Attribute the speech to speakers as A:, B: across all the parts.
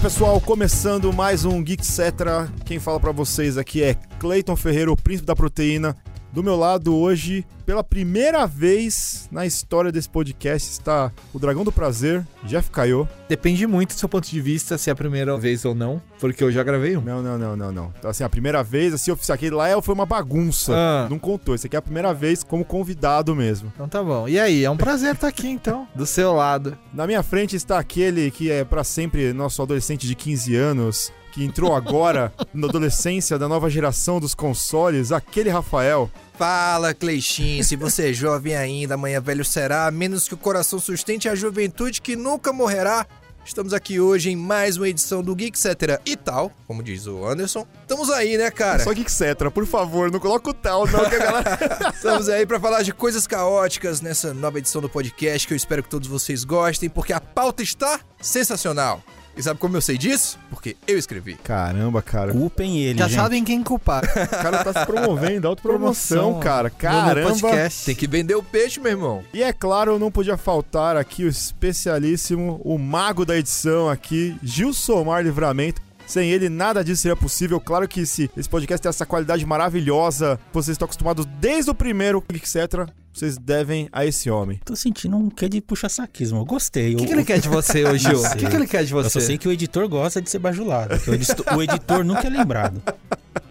A: pessoal, começando mais um Geek Cetra. Quem fala pra vocês aqui é Cleiton Ferreira, o príncipe da proteína. Do meu lado hoje, pela primeira vez na história desse podcast, está o Dragão do Prazer, Jeff Caio.
B: Depende muito do seu ponto de vista se é a primeira vez ou não, porque eu já gravei um.
A: Não, não, não, não, não. Então, Assim, a primeira vez, assim, oficial, aquele lá é- foi uma bagunça.
B: Ah.
A: Não contou. Isso aqui é a primeira vez como convidado mesmo.
B: Então tá bom. E aí, é um prazer estar aqui então, do seu lado.
A: Na minha frente está aquele que é pra sempre nosso adolescente de 15 anos, que entrou agora na adolescência da nova geração dos consoles, aquele Rafael.
C: Fala, Cleixin, se você é jovem ainda, amanhã velho será, a menos que o coração sustente a juventude que nunca morrerá. Estamos aqui hoje em mais uma edição do Geek Cetera e tal, como diz o Anderson. Estamos aí, né, cara?
A: É Só que Cetra, por favor, não coloca o tal, não, que a galera.
C: Estamos aí pra falar de coisas caóticas nessa nova edição do podcast que eu espero que todos vocês gostem, porque a pauta está sensacional. E sabe como eu sei disso? Porque eu escrevi.
A: Caramba, cara.
D: Culpem ele,
B: já
D: gente.
B: sabem quem culpar.
A: O cara tá se promovendo, autopromoção,
B: Promoção.
A: cara.
B: No meu
A: Caramba.
B: podcast.
C: Tem que vender o peixe, meu irmão.
A: E é claro, não podia faltar aqui o especialíssimo, o mago da edição aqui, Gil Somar Livramento. Sem ele, nada disso seria possível. Claro que esse, esse podcast tem essa qualidade maravilhosa. que Vocês estão acostumados desde o primeiro, etc. Vocês devem a esse homem.
D: Tô sentindo um quê de puxa-saquismo. Eu gostei.
B: O que, que ele quer de você ô Gil?
D: Não
B: O
D: sei.
B: que, que ele quer de
D: Eu só
B: você?
D: sei que o editor gosta de ser bajulado. que o, edito- o editor nunca é lembrado.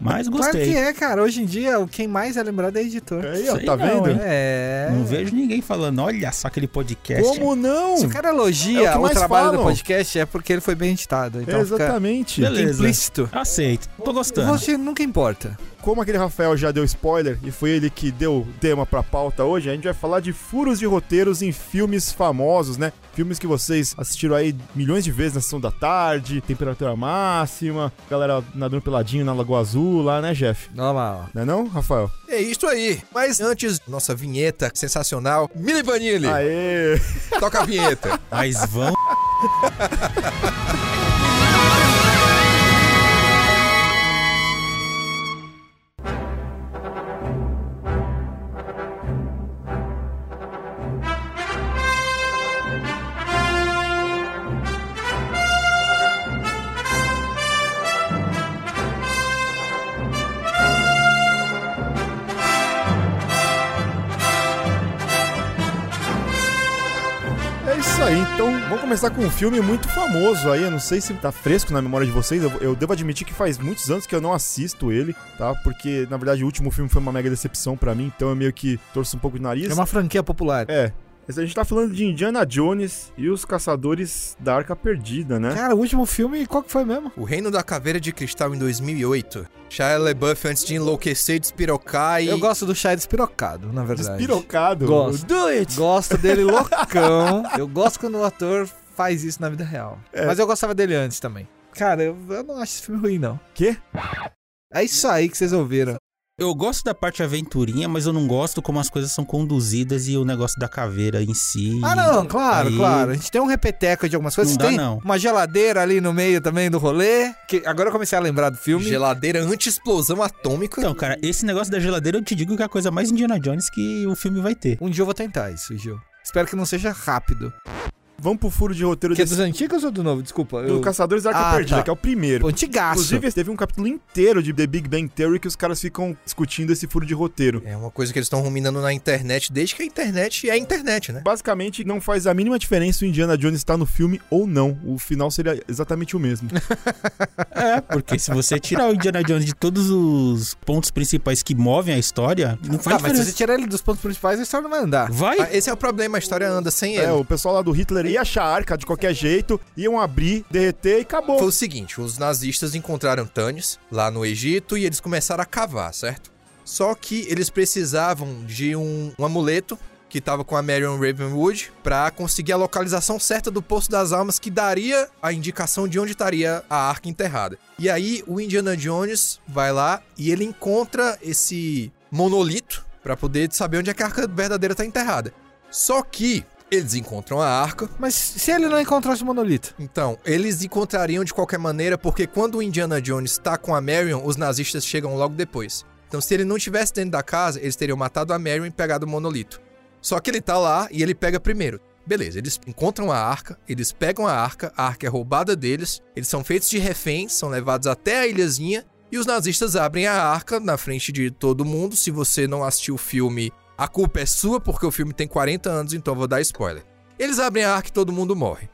D: Mas
B: Claro que
D: gostei.
B: é, cara. Hoje em dia, o- quem mais é lembrado é editor.
A: Aí, ó,
D: Sei
A: tá
D: não,
A: vendo?
D: hein?
B: É.
D: Não vejo ninguém falando, olha só aquele podcast.
A: Como não?
B: Se o cara
A: É o
B: elogia
A: que
B: o,
A: mais
B: trabalho
A: falam.
B: do podcast, é porque ele foi bem editado. Então fica
A: Exatamente.
D: Beleza.
B: implícito.
D: Aceito. Tô gostando.
B: Você nunca importa.
A: Como aquele Rafael já deu spoiler e foi ele que deu o tema pra pauta hoje, a gente vai falar de furos de roteiros em filmes famosos, né? Filmes que vocês assistiram aí milhões de vezes na sessão da tarde, temperatura máxima, galera nadando peladinho na Lagoa Azul lá, né, Jeff?
B: Normal.
A: Não é não, Rafael?
C: É isso aí. Mas antes, nossa vinheta sensacional. Mili Vanille,
A: Aê!
C: toca a vinheta.
D: Mas vão.
A: É isso aí, então vamos começar com um filme muito famoso aí. Eu não sei se tá fresco na memória de vocês. Eu, eu devo admitir que faz muitos anos que eu não assisto ele, tá? Porque, na verdade, o último filme foi uma mega decepção pra mim, então eu meio que torço um pouco de nariz.
B: É uma franquia popular.
A: É. Mas a gente tá falando de Indiana Jones e os Caçadores da Arca Perdida, né?
B: Cara, o último filme, qual que foi mesmo?
C: O Reino da Caveira de Cristal em 2008. Shia LaBeouf antes de enlouquecer, despirocar e...
B: Eu gosto do chá despirocado, na verdade.
A: Despirocado.
B: Gosto.
A: Do it!
B: Gosto dele loucão. Eu gosto quando o ator faz isso na vida real. Mas eu gostava dele antes também. Cara, eu, eu não acho esse filme ruim, não.
A: Quê?
B: É isso aí que vocês ouviram.
D: Eu gosto da parte aventurinha, mas eu não gosto como as coisas são conduzidas e o negócio da caveira em si.
B: Ah, não, claro,
D: Aí-
B: claro. A gente tem um repeteco de algumas coisas.
D: Não dá,
B: tem
D: não.
B: uma geladeira ali no meio também do rolê. Que agora eu comecei a lembrar do filme.
C: Geladeira anti-explosão atômica.
D: Então, cara, esse negócio da geladeira eu te digo que é a coisa mais Indiana Jones que o filme vai ter.
B: Um dia eu vou tentar isso, Gil. Espero que não seja rápido.
A: Vamos pro furo de roteiro
B: Que é
A: desse-
B: dos antigos ou do novo? Desculpa.
A: do
B: Eu...
A: Caçadores da Arca
B: Ah,
A: Perdida,
B: tá.
A: que é o primeiro.
B: Antigaço.
A: Inclusive, teve um capítulo inteiro de The Big Bang Theory que os caras ficam discutindo esse furo de roteiro.
C: É uma coisa que eles estão ruminando na internet desde que a internet é a internet, né?
A: Basicamente, não faz a mínima diferença o Indiana Jones estar no filme ou não. O final seria exatamente o mesmo.
D: É, porque se você tirar o Indiana Jones de todos os pontos principais que movem a história, não
A: Tá,
D: faz
B: Ah, mas se
D: diferença.
B: você tirar ele dos pontos principais, a história não vai andar.
D: Vai?
C: Ah, Esse é o problema, a história anda sem ele.
A: é, o pessoal lá do Hitler ia achar a arca de qualquer jeito, iam abrir, derreter e acabou.
C: Foi o seguinte, os nazistas encontraram Tânis lá no Egito e eles começaram a cavar, certo? Só que eles precisavam de um, um amuleto que tava com a Marion Ravenwood pra conseguir a localização certa do Poço das Almas que daria a indicação de onde estaria a arca enterrada. E aí o Indiana Jones vai lá e ele encontra esse monolito pra poder saber onde é que a arca verdadeira tá enterrada. Só que eles encontram a arca
B: Mas se ele não encontrasse o monolito?
C: então, eles encontrariam de qualquer maneira, porque quando o Indiana Jones tá com a Marion, os nazistas chegam logo depois. Então, se ele não tivesse dentro da casa, eles teriam matado a Marion e pegado o monolito. Só que ele tá lá e ele pega primeiro. Beleza, eles encontram a arca, eles pegam a arca, a arca é roubada deles, eles são feitos de reféns, são levados até a ilhazinha e os nazistas abrem a arca na frente de todo mundo. Se você não assistiu o filme, a culpa é sua, porque o filme tem 40 anos, então eu vou dar spoiler. Eles abrem a arca e todo mundo morre.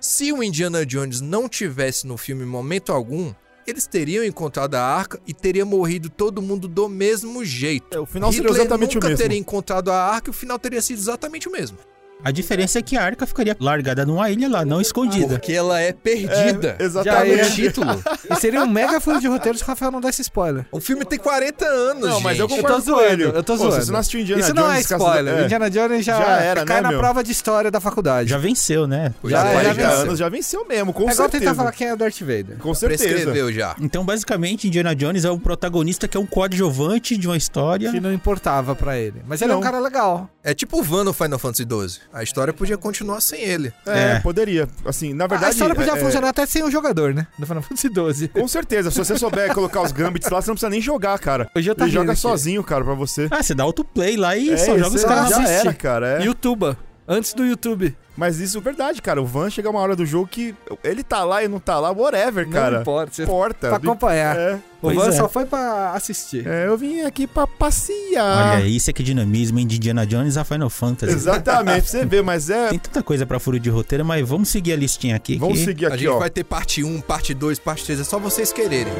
C: Se o Indiana Jones não tivesse no filme em momento algum, eles teriam encontrado a arca e teria morrido todo mundo do mesmo jeito.
A: É, o final seria exatamente o
C: nunca
A: mesmo.
C: teria encontrado a arca e o final teria sido exatamente o mesmo.
D: A diferença é que a arca ficaria largada numa ilha lá, não escondida.
C: Porque ela é perdida.
A: É,
C: É,
B: Já
C: o
B: é.
A: exatamente.
C: título.
B: E seria um mega fã de roteiro se o Rafael não desse spoiler.
C: O filme tem 40 anos,
A: Não, mas eu
C: gente.
A: concordo
B: Eu tô zoando,
A: com ele.
B: eu tô
A: Pô,
B: zoando.
A: se você não assistiu Indiana
B: Isso
A: Jones...
B: não é
A: Caça-
B: spoiler.
A: é,
B: Indiana Jones já,
A: Já era,
B: cai
A: né,
B: na
A: meu?
B: prova de história da faculdade.
D: Já venceu, né?
C: Pois
B: Já
C: é,
B: era,
A: 40
B: já venceu.
A: anos já venceu mesmo, com
B: é igual tentar
A: certeza.
B: falar quem é o Darth Vader.
A: Com certeza.
C: Prescreveu já.
D: Então, basicamente, Indiana Jones é um protagonista que é um coadjuvante de uma história.
B: Que não importava pra ele. Mas ele é um
A: Não.
B: cara legal.
C: É tipo o Van no Final Fantasy XII. A história podia continuar sem ele.
A: É,
D: É.
A: poderia. Assim, na
B: a
A: verdade.
B: história podia
A: é-
B: funcionar até sem o jogador, né? Do Final Fantasy XII.
A: é, com certeza, se você souber colocar os gambits lá, você não precisa nem jogar, cara.
B: Hoje eu tá
A: Ele
B: rindo
A: joga
B: aqui.
A: sozinho, cara, pra você.
D: Ah, você dá autoplay lá e só
A: É,
D: joga os
A: isso
D: caras
A: já
D: na
A: era,
D: era.
A: cara. é.
B: Youtuba. Antes do YouTube.
A: Mas isso é verdade, cara. O Van chega uma hora do jogo que ele tá lá e não tá lá, whatever,
B: não
A: cara.
B: importa. Você
A: Importa.
B: pra acompanhar.
A: É,
B: o
D: Pois
B: Van
D: é.
B: só foi pra assistir.
A: é, eu vim aqui pra passear.
D: Olha, isso é que dinamismo, hein? De Indiana Jones a Final Fantasy.
A: Exatamente, pra você vê, mas é.
D: Tem tanta coisa pra furo de roteiro, mas vamos seguir a listinha aqui.
A: Vamos
D: que-
A: seguir
C: a
A: aqui,
C: gente
A: ó.
C: vai ter parte 1, parte 2, parte 3. É só vocês quererem.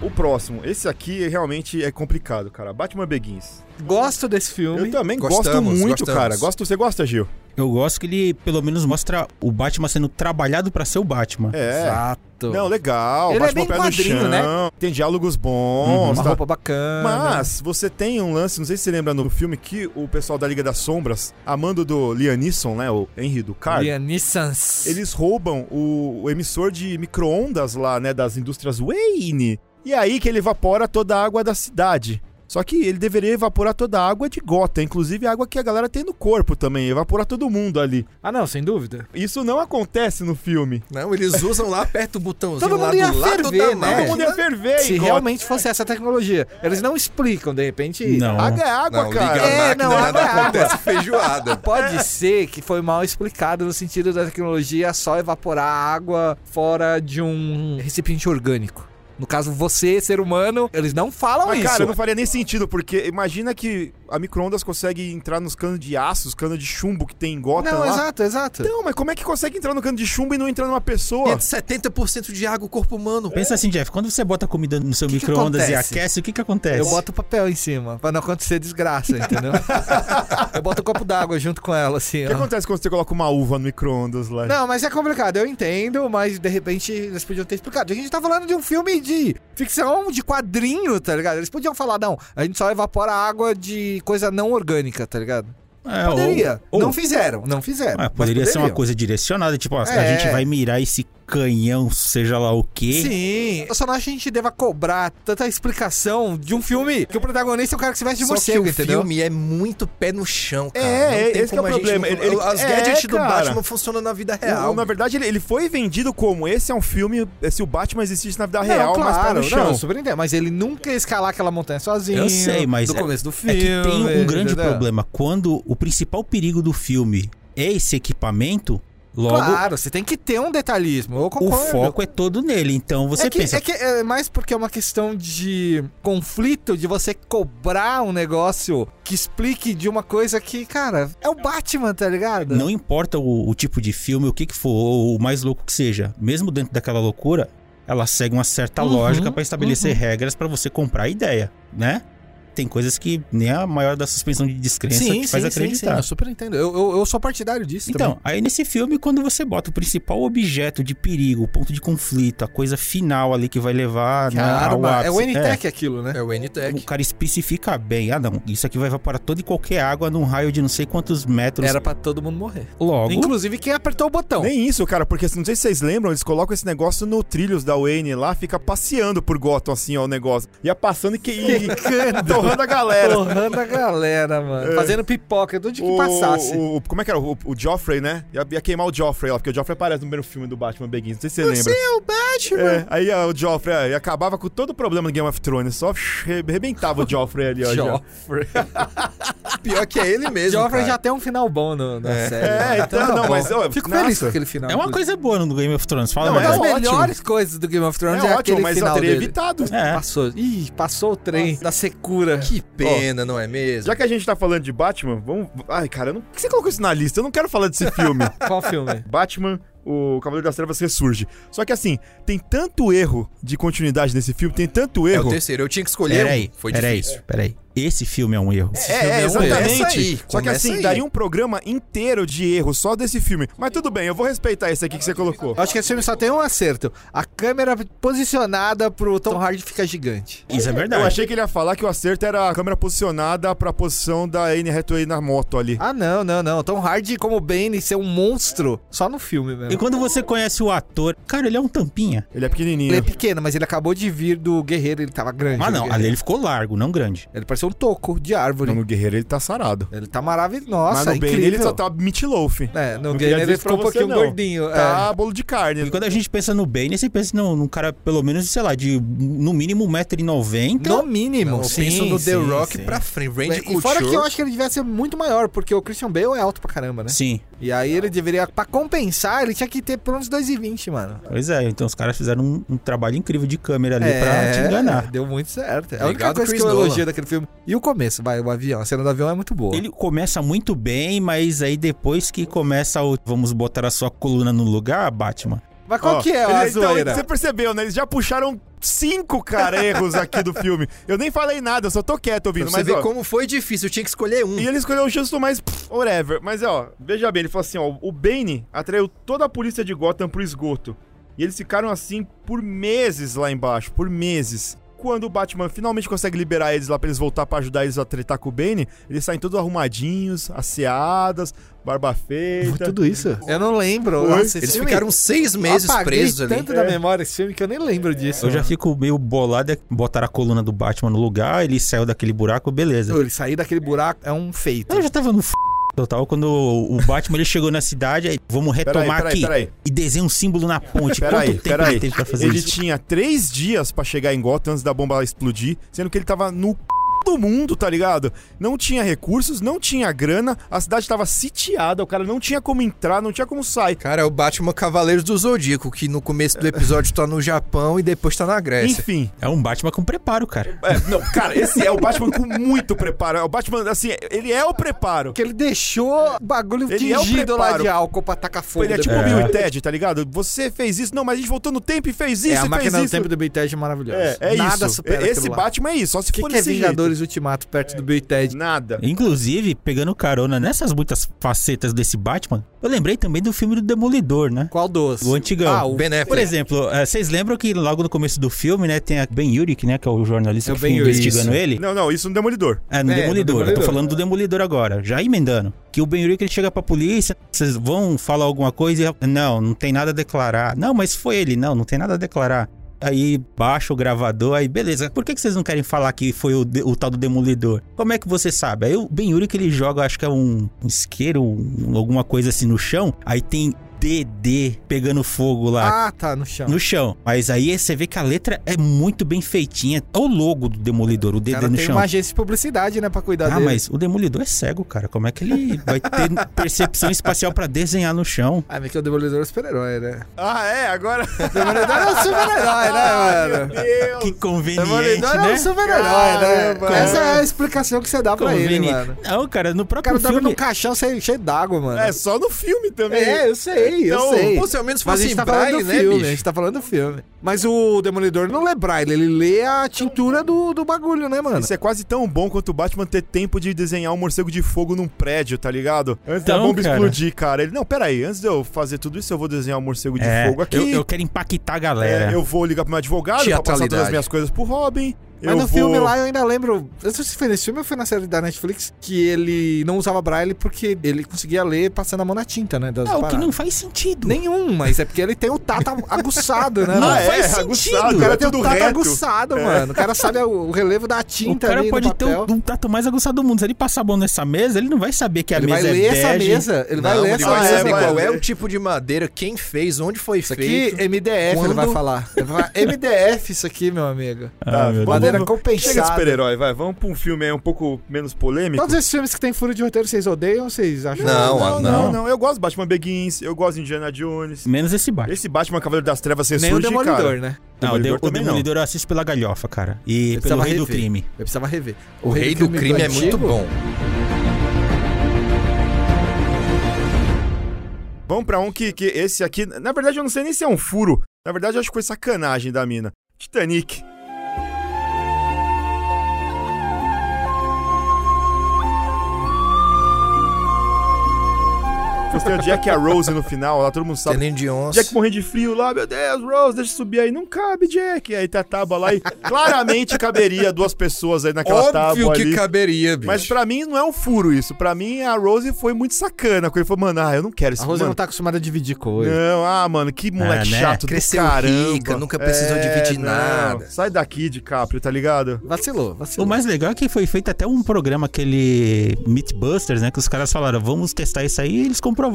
A: O próximo. Esse aqui realmente é complicado, cara. Batman Begins.
B: Gosto desse filme.
A: Eu também gosto
C: Gostamos,
A: muito,
C: gostamos.
A: cara. Gosto, você gosta, Gil?
D: Eu gosto que ele, pelo menos, mostra o Batman sendo trabalhado pra ser o Batman.
A: É.
B: Exato.
A: Não, legal.
B: Ele é
A: bate
B: bem
A: o pé no
B: quadrinho,
A: chão,
B: né? Uhum.
A: Tem diálogos bons,
B: Uma
A: tá?
B: roupa bacana.
A: Mas você tem um lance, não sei se você lembra no filme que o pessoal da Liga das Sombras, amando do Lianisson, né, o Henry do Car,
B: Lianissans.
A: eles roubam o, o emissor de micro-ondas lá, né, das indústrias Wayne. E aí que ele evapora toda a água da cidade. Só que ele deveria evaporar toda a água de gota, inclusive a água que a galera tem no corpo também, evaporar todo mundo ali.
B: Ah, não, sem dúvida.
A: Isso não acontece no filme.
C: Não, eles usam lá, aperta o botãozinho
B: Todo
C: lá
B: mundo ia
C: do lado
B: ferver,
C: da mão.
B: né?
A: Todo mundo ia ferver,
B: Se
A: em gota.
B: realmente fosse essa tecnologia. Eles não explicam, de repente.
D: Não.
A: Água é água,
C: Não,
A: cara.
C: liga
B: É,
C: a máquina,
B: não,
C: nada
B: água é água.
C: acontece feijoada.
A: É.
B: Pode ser que foi mal explicado no sentido da tecnologia só evaporar a água fora de um recipiente orgânico. No caso, você, ser humano, eles não falam
A: Mas,
B: isso.
A: cara, não faria nem sentido, porque imagina que a micro-ondas consegue entrar nos canos de aço, os canos de chumbo que tem em Gotham
B: Não,
A: lá.
B: exato, exato.
A: Não, mas como é que consegue entrar no cano de chumbo e não entrar numa pessoa?
C: é 70% de água, o corpo humano.
D: Pensa assim, Jeff, quando você bota comida no seu
B: Que que
D: micro-ondas e
B: acontece?
D: aquece, o que que acontece?
A: É.
B: Eu boto papel em cima, pra não acontecer desgraça, entendeu? eu boto um copo d'água junto com ela, assim,
A: O que
B: ó.
A: acontece quando você coloca uma uva no micro-ondas lá?
B: Não, mas é complicado, eu entendo, mas de repente eles podiam ter explicado. A gente tá falando de um filme de ficção, de quadrinho, tá ligado? Eles podiam falar, não, a gente só evapora água de coisa não orgânica, tá ligado?
D: É, ou-
B: Poderia.
D: ou-
B: Não fizeram, não fizeram.
D: Ah,
B: mas
D: poderia ser uma
B: poderiam.
D: coisa direcionada, tipo, ó, a
B: É.
D: gente vai mirar esse canhão, seja lá o quê.
B: Sim, eu só não acho que a gente deva cobrar tanta explicação de um filme que o protagonista é o cara que se veste de
C: Só que
B: morcego,
C: o
B: entendeu?
C: filme é muito pé no chão, cara.
A: É,
C: Não tem
A: esse que é o
C: como a gente
A: problema.
C: não-
A: Ele-
C: As
A: é,
C: gadgets do
A: cara.
C: Batman funcionam na vida
B: é
C: real.
A: O- na verdade, ele, ele foi vendido como esse é um filme, é, se o Batman existisse na
D: é
A: vida
B: Não,
A: real, mas tá
B: claro,
A: no chão.
B: não, eu super entendo, mas ele nunca ia escalar aquela montanha sozinho.
D: Eu sei, mas
B: do
D: é-
B: começo do
D: É
B: filme.
D: que tem um grande
B: entendeu?
D: problema. Quando o principal perigo do filme é esse equipamento, logo
B: Claro, você tem que ter um detalhismo. Eu
D: o
B: concordo.
D: foco é todo nele. Então você
B: é que,
D: pensa,
B: é que é mais porque é uma questão de conflito, de você cobrar um negócio que explique de uma coisa que, cara, é o Batman, tá ligado?
D: não importa o, o tipo de filme, o que, que for, ou o mais louco que seja, mesmo dentro daquela loucura, ela segue uma certa
B: Uhum,
D: lógica pra estabelecer regras pra você comprar a ideia, né? Tem coisas que nem a maior da suspensão de descrença te faz acreditar.
B: eu super entendo. Eu, eu, eu sou partidário disso também.
D: Então, aí nesse filme, quando você bota o principal objeto de perigo, o ponto de conflito, a coisa final ali que vai levar né,
B: Claro,
D: ao
B: mano, é o
D: ápice,
B: N-Tech aquilo, né?
C: É o
D: O
C: N-Tech.
D: cara especifica bem, ah não, isso aqui vai evaporar toda e qualquer água num raio de não sei quantos metros.
B: Era pra todo mundo morrer.
D: Logo,
B: Inclusive quem apertou o botão.
A: Nem isso, cara, porque assim, não sei se vocês lembram, eles colocam esse negócio no trilhos da Wayne lá, fica passeando por Gotham, assim, ó, o negócio. Ia passando e que. e- empurrando
B: Ficando.
A: a galera.
B: Porrando a galera, mano. Fazendo pipoca, de onde que passasse.
A: O, o- como é que era? O, o Joffrey, né? Ia, ia queimar o Joffrey lá, porque o Joffrey aparece no primeiro filme do Batman Begins, não sei se você lembra.
C: é o Batman!
A: É, aí ó, o Joffrey ó, e acabava com todo o problema do Game of Thrones, só arrebentava o Joffrey ali, ó. já.
B: Joffrey.
C: Pior que é ele mesmo.
B: Joffrey
C: cara.
B: já tem um final bom no, na
C: É.
B: série.
A: É,
B: né?
A: então,
B: tá
A: não,
B: bom.
A: mas, ó,
B: Fico
A: nossa.
B: feliz com aquele final.
D: É uma
B: inclusive.
D: coisa boa no Game of Thrones, fala
A: Não,
D: mais.
B: Uma das
A: É ótimo.
B: melhores coisas do Game of
A: É
B: Thrones é,
A: ótimo,
B: aquele
A: mas eu
B: final
A: teria
B: dele.
A: evitado.
D: É.
B: Passou. Ih, passou o trem da secura.
C: Que pena, não é mesmo?
A: Já que a gente tá falando de Batman, vamos. Ai, cara, eu não... por que você colocou isso na lista? Eu não quero falar desse filme.
B: Qual filme?
A: Batman, o Cavaleiro das Trevas ressurge. Só que assim, tem tanto erro de continuidade nesse filme, tem tanto
C: É o
A: erro.
C: terceiro. Eu tinha que escolher. um.
D: Peraí,
C: Foi
D: peraí,
C: difícil.
D: peraí. Esse filme é um erro.
A: É, é,
C: Esse filme é um erro.
A: exatamente.
C: Começa aí,
A: Só que
C: começa
A: assim,
C: aí.
A: daria um programa inteiro de erro só desse filme. Mas tudo bem, eu vou respeitar esse aqui que você colocou.
B: Eu acho que esse filme só tem um acerto. A câmera posicionada pro Tom Hardy fica gigante.
D: Isso é verdade.
A: Eu achei que ele ia falar que o acerto era a câmera posicionada pra posição da Anne Hathaway na moto ali.
B: Ah, não, não, não. Tom Hardy como Bane ser um monstro só no filme
D: E
B: mesmo.
D: quando você conhece o ator, cara, ele é um tampinha.
A: Ele é
B: Ele é
A: pequenininho.
B: pequeno, mas ele acabou de vir do Guerreiro, ele tava grande.
D: Mas
B: o
D: Ah, não,
B: Guerreiro.
D: ali ele ficou largo, não grande.
B: Ele pareceu um toco de árvore.
A: Não, no Guerreiro ele tá sarado.
B: Ele tá maravilhoso. Nossa,
A: Mas
C: é
A: no
B: incrível.
A: Bane ele só tá meatloaf.
B: É, no
A: Não queria
B: Guerreiro
A: dizer
B: ele
A: isso pra
B: ficou um
A: você,
B: pouquinho
A: não.
B: gordinho.
A: Tá bolo de
D: E
A: carne.
D: quando a gente pensa no Bane, você pensa num, num cara, pelo menos, sei lá, de no mínimo 1,90m.
A: então-
B: É. No mínimo.
C: Eu
D: Sim,
C: penso no The
D: sim,
C: Rock
D: sim.
C: pra frente. Randy
B: e fora que eu
C: Couture.
B: acho que ele devia ser muito maior, porque o Christian Bale é alto pra caramba, né?
D: Sim,
B: E aí ele deveria, pra compensar, ele tinha que ter pelo menos 2,20, mano.
D: pois é. Então os caras fizeram um, um trabalho incrível de câmera ali pra te enganar.
B: É, Deu muito certo. É a única
C: Obrigado,
B: coisa
C: Chris
B: que eu
C: Nolan.
B: elogio daquele filme. E o começo, vai, o avião. A cena do avião é muito boa.
D: Ele começa muito bem, mas aí depois que começa o vamos botar a sua coluna no lugar, Batman.
B: Mas qual
A: Ó,
B: que é
A: ele-
B: a
A: então,
B: zoeira?
A: Você percebeu, né? Eles já puxaram cinco cara erros aqui do filme. Eu nem falei nada, eu só tô quieto
C: Pra
A: ouvindo.
C: você
A: Mas,
C: ver
A: ó,
C: como foi difícil. Eu tinha que escolher um.
A: E ele escolheu o Justo, mas pff, whatever. Mas ó, veja bem, ele falou assim: ó, o Bane atraiu toda a polícia de Gotham pro esgoto. E eles ficaram assim por meses lá embaixo, por meses. Quando o Batman finalmente consegue liberar eles lá pra eles voltar pra ajudar eles a tretar com o Bane, eles saem todos arrumadinhos, asseadas, barba feita.
B: Tudo isso? Eu não lembro.
A: Oi?
B: Nossa, esse
C: Eles
B: filme-
C: ficaram seis meses
B: eu apaguei
C: presos ali.
B: tanto da memória esse filme que É. eu nem lembro disso.
D: Eu já fico meio bolado, é que botaram a coluna do Batman no lugar, ele saiu daquele buraco, beleza.
B: Ele sair daquele buraco é um feito.
D: Eu já tava no f... total quando o o Batman ele chegou na cidade, aí vamos
A: Peraí,
D: retomar
A: peraí,
D: aqui
A: peraí.
D: e desenha um símbolo na ponte. Quanto
A: Peraí,
D: tempo
A: peraí.
D: ele teve pra fazer
A: Ele
D: isso?
A: tinha três dias pra chegar em Gotham antes da bomba explodir, sendo que ele tava no c... do mundo, tá ligado? Não tinha recursos, não tinha grana, a cidade tava sitiada, o cara não tinha como entrar, não tinha como sair.
C: Cara, é o Batman Cavaleiros do Zodíaco, que no começo do episódio tá no Japão e depois tá na Grécia.
A: Enfim.
D: É um Batman com preparo, cara.
A: É, não, cara, esse é o Batman com muito preparo. É O Batman, assim, ele é o preparo.
B: Porque ele deixou o bagulho
A: Ele é o
B: tingido lá
A: preparo.
B: de álcool pra tacar fogo.
A: Ele é tipo
B: depois.
A: o Bill e Ted, tá ligado? Você fez isso, não, mas a gente voltou no tempo e fez isso,
B: É, a
A: e fez
B: máquina do
A: isso.
B: tempo do Bill e Ted é maravilhosa.
A: É, é
B: Nada
A: isso.
B: supera
A: Esse
B: aquilo lá.
A: Batman é isso, só se
B: O que,
A: for
B: que é
A: desse jeito.
B: Vingadores Ultimato perto do Bill e Ted?
A: Nada.
D: Inclusive, pegando carona nessas muitas facetas desse Batman, eu lembrei também do filme do Demolidor, né?
B: Qual dos?
D: O antigão.
B: Ah, o
C: Ben Affleck.
D: Por exemplo, eh, vocês lembram que logo no começo do filme, né, tem a Ben Urich, né, que é o jornalista
B: É o
D: que
B: Ben
D: fica
B: Urich,
D: investigando
B: isso.
D: ele?
A: Não, não, isso no Demolidor.
D: É, no
B: É, no
D: Demolidor. Eu tô
B: Demolidor.
D: falando do Demolidor agora, já emendando. Que o Ben Urich, ele chega pra polícia, vocês vão falar alguma coisa e... Não, não tem nada a declarar. Não, mas foi ele. Não, não tem nada a declarar. Aí baixa o gravador, aí beleza. Por que, que vocês não querem falar que foi o, de- o tal do Demolidor? Como é que você sabe? Aí o Ben Urich, ele joga, acho que é um um isqueiro, um- alguma coisa assim no chão. Aí tem DD pegando fogo lá.
B: Ah, tá, no chão.
D: No chão. Mas aí você vê que a letra é muito bem feitinha. É o logo do Demolidor, o
B: O
D: DD
B: cara
D: no
B: tem
D: chão.
B: uma agência de publicidade, né, pra cuidar
D: Ah,
B: dele.
D: mas o Demolidor é cego, cara. Como é que ele vai ter percepção espacial pra desenhar no chão?
B: Ah, mas que o Demolidor é um super-herói, né?
A: Ah, é, agora.
B: O Demolidor é um super-herói, né, mano?
A: Deus.
D: Que
B: O
D: conveniente,
B: Demolidor é um
D: né?
B: super-herói,
A: Caramba.
B: né? Essa é a explicação que você dá pra ele,
D: Conveniente.
B: mano.
D: Não, cara, no
B: O cara tá um
D: próprio
B: dorme
D: filme...
B: num caixão cheio cheio d'água, mano.
A: É só no filme também.
B: É, eu sei,
A: Então,
B: eu sei.
C: Pô, se ao menos
B: Mas a
C: fosse
B: gente
C: em
B: tá
C: Braille,
B: falando do
C: né,
B: filme, a
C: bicho?
B: gente tá falando do filme. Mas o Demolidor não lê Braille, ele lê a tintura do, do bagulho, né, mano?
A: Isso é quase tão bom quanto o Batman ter tempo de desenhar um morcego de fogo num prédio, tá ligado? Antes da
D: Então,
A: bomba
D: cara.
A: explodir, cara. Ele, não, pera aí, antes de eu fazer tudo isso, eu vou desenhar um morcego de
D: É,
A: fogo aqui.
D: eu, eu quero impactar a
A: É,
D: galera.
A: eu vou ligar pro meu advogado pra passar todas as
C: Teatralidade.
A: minhas coisas pro Robin.
B: Mas
A: eu
B: no
A: vou...
B: filme lá eu ainda lembro. Eu não sei se foi nesse filme ou foi na série da Netflix que ele não usava braille porque ele conseguia ler passando a mão na tinta, né? Das
D: Ah, o que
B: paradas.
D: não faz sentido.
B: Nenhum, mas é porque ele tem o tato aguçado, né?
D: Não
B: mano?
A: Ah,
D: faz
A: é, aguçado,
D: sentido.
A: o cara é
B: tem o
A: tudo
B: tato
A: reto.
B: um aguçado, mano. O cara sabe o o relevo da
D: O
B: tinta
D: cara
B: ali
D: pode
B: no
D: ter
B: papel.
D: o um tato mais aguçado do mundo. Se ele passar a mão nessa mesa, ele não vai saber que a
B: Ele vai
D: mesa é
B: ler essa
D: bege.
B: mesa. Ele vai
C: Não,
B: ler
C: ele
B: essa
C: vai
A: mesa,
C: saber
A: vai
C: qual é
A: ler.
C: o tipo de madeira, quem fez, onde foi
B: Isso aqui,
C: feito.
B: MDF, ele vai
C: Quando-
B: falar. Ele vai falar, MDF isso aqui, meu amigo.
D: Ah, meu Deus.
B: Madeira
A: vamos- Chega de
B: compensada.
A: super-herói, vai. Vamos pra um filme aí um pouco menos polêmico.
B: Todos esses filmes que tem furo de roteiro, vocês odeiam ou vocês acham?
C: Não,
A: não, não,
C: ah,
D: não.
A: não. Eu gosto de Batman Begins, eu gosto de Indiana Jones.
D: Menos esse bar.
A: Esse Batman Cavaleiro das Trevas
B: Nem o
A: ressurge,
B: Demolidor,
A: cara.
B: né?
D: Não, o, de
A: Demolidor
D: o
A: também não.
D: Demolidor eu assisto pela galhofa, cara. E
B: Eu
D: pelo
B: precisava
D: Rei do
B: rever.
D: Crime.
B: Eu precisava rever.
C: O rei do crime é muito
B: antigo-
C: bom.
A: Vamos pra um que, que esse aqui... Na verdade, eu não sei nem se é um furo. Na verdade, eu acho que foi sacanagem da mina. Titanic. Você tem o Jack e a Rose no final, lá todo mundo sabe
C: Celine Dion.
A: Jack morrendo de frio lá, meu Deus, Rose, deixa eu subir aí. Não cabe, Jack. E aí tá a tábua lá e claramente caberia duas pessoas aí naquela
C: Óbvio
A: tábua
C: que
A: ali.
C: caberia, bicho.
A: Mas pra mim não é um furo isso. Pra mim a Rose foi muito sacana. Quando ele falou, mano, ah, eu não quero
B: A
A: isso.
C: é
B: Rose
A: mano.
B: não tá acostumada a dividir coisa.
A: Não, ah, mano, que moleque
D: Ah, né?
A: chato
C: Cresceu
A: do caramba. É,
C: rica, nunca precisou dividir nada.
A: Sai daqui, DiCaprio, tá ligado?
B: Vacilou,
D: O
B: vacilou.
D: mais legal é que foi feito até um programa, aquele Meatbusters, né? Que os caras falaram, vamos testar isso aí, e eles comprovaram.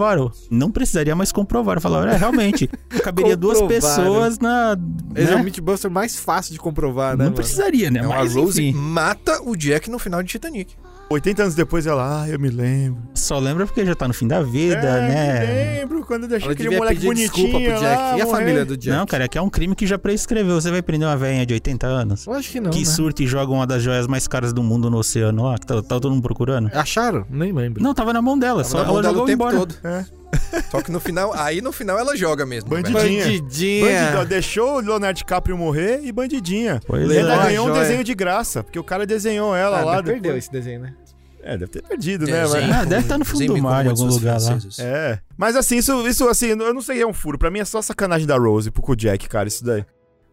D: Não precisaria, mas comprovaram. Falaram, é, realmente, caberia duas
B: Comprovaram.
D: pessoas na.
B: Esse é o
D: né?
B: Meatbuster mais fácil de comprovar, né?
D: Não
B: mano?
D: precisaria, né?
C: Não,
D: mas
C: a Rose
D: enfim,
C: mata o Jack no final de Titanic.
A: 80 anos depois ela, ah, eu me lembro.
D: só lembra porque já tá no fim da vida,
A: é,
D: né?
A: me lembro quando eu deixei
B: Ela
A: aquele
B: devia
A: moleque
B: pedir
A: bonitinho
B: desculpa pro Jack.
A: lá,
B: e a família
A: morrendo.
B: do Jack?
D: Não, cara, é que é um crime que já prescreveu. Você vai prender uma velhinha de 80 anos
B: Eu acho que não,
D: que
B: né?
D: surta e joga uma das joias mais caras do mundo no oceano lá, que tá, tá todo mundo procurando.
B: Acharam? Nem lembro.
D: Não, tava na mão dela, só
C: na mão
D: ela
C: dela
D: jogou
C: o tempo
D: embora.
C: todo.
A: É.
C: Só que no final, aí no final ela joga mesmo.
A: Bandido.
C: velho.
A: Bandidinha. Bandido, ó,
B: Bandidinha.
A: deixou o Leonardo DiCaprio morrer e bandidinha.
D: Pois
A: Ele ainda
B: Ah,
D: é.
A: ganhou um
B: joia.
A: desenho de graça, porque o cara desenhou ela
B: Ah,
A: lá.
B: mas perdeu
A: depois.
B: esse desenho, né?
A: É, deve ter perdido, né?
C: É,
A: Mas...
D: Ah, deve tá no fundo
C: Zemi
D: do
C: com
D: mar, em algum
C: muitos
D: lugar lá.
C: franceses.
A: É. Mas assim, isso, isso assim, eu não sei se é um furo. Pra mim é só sacanagem da Rose pro Jack, cara, isso daí.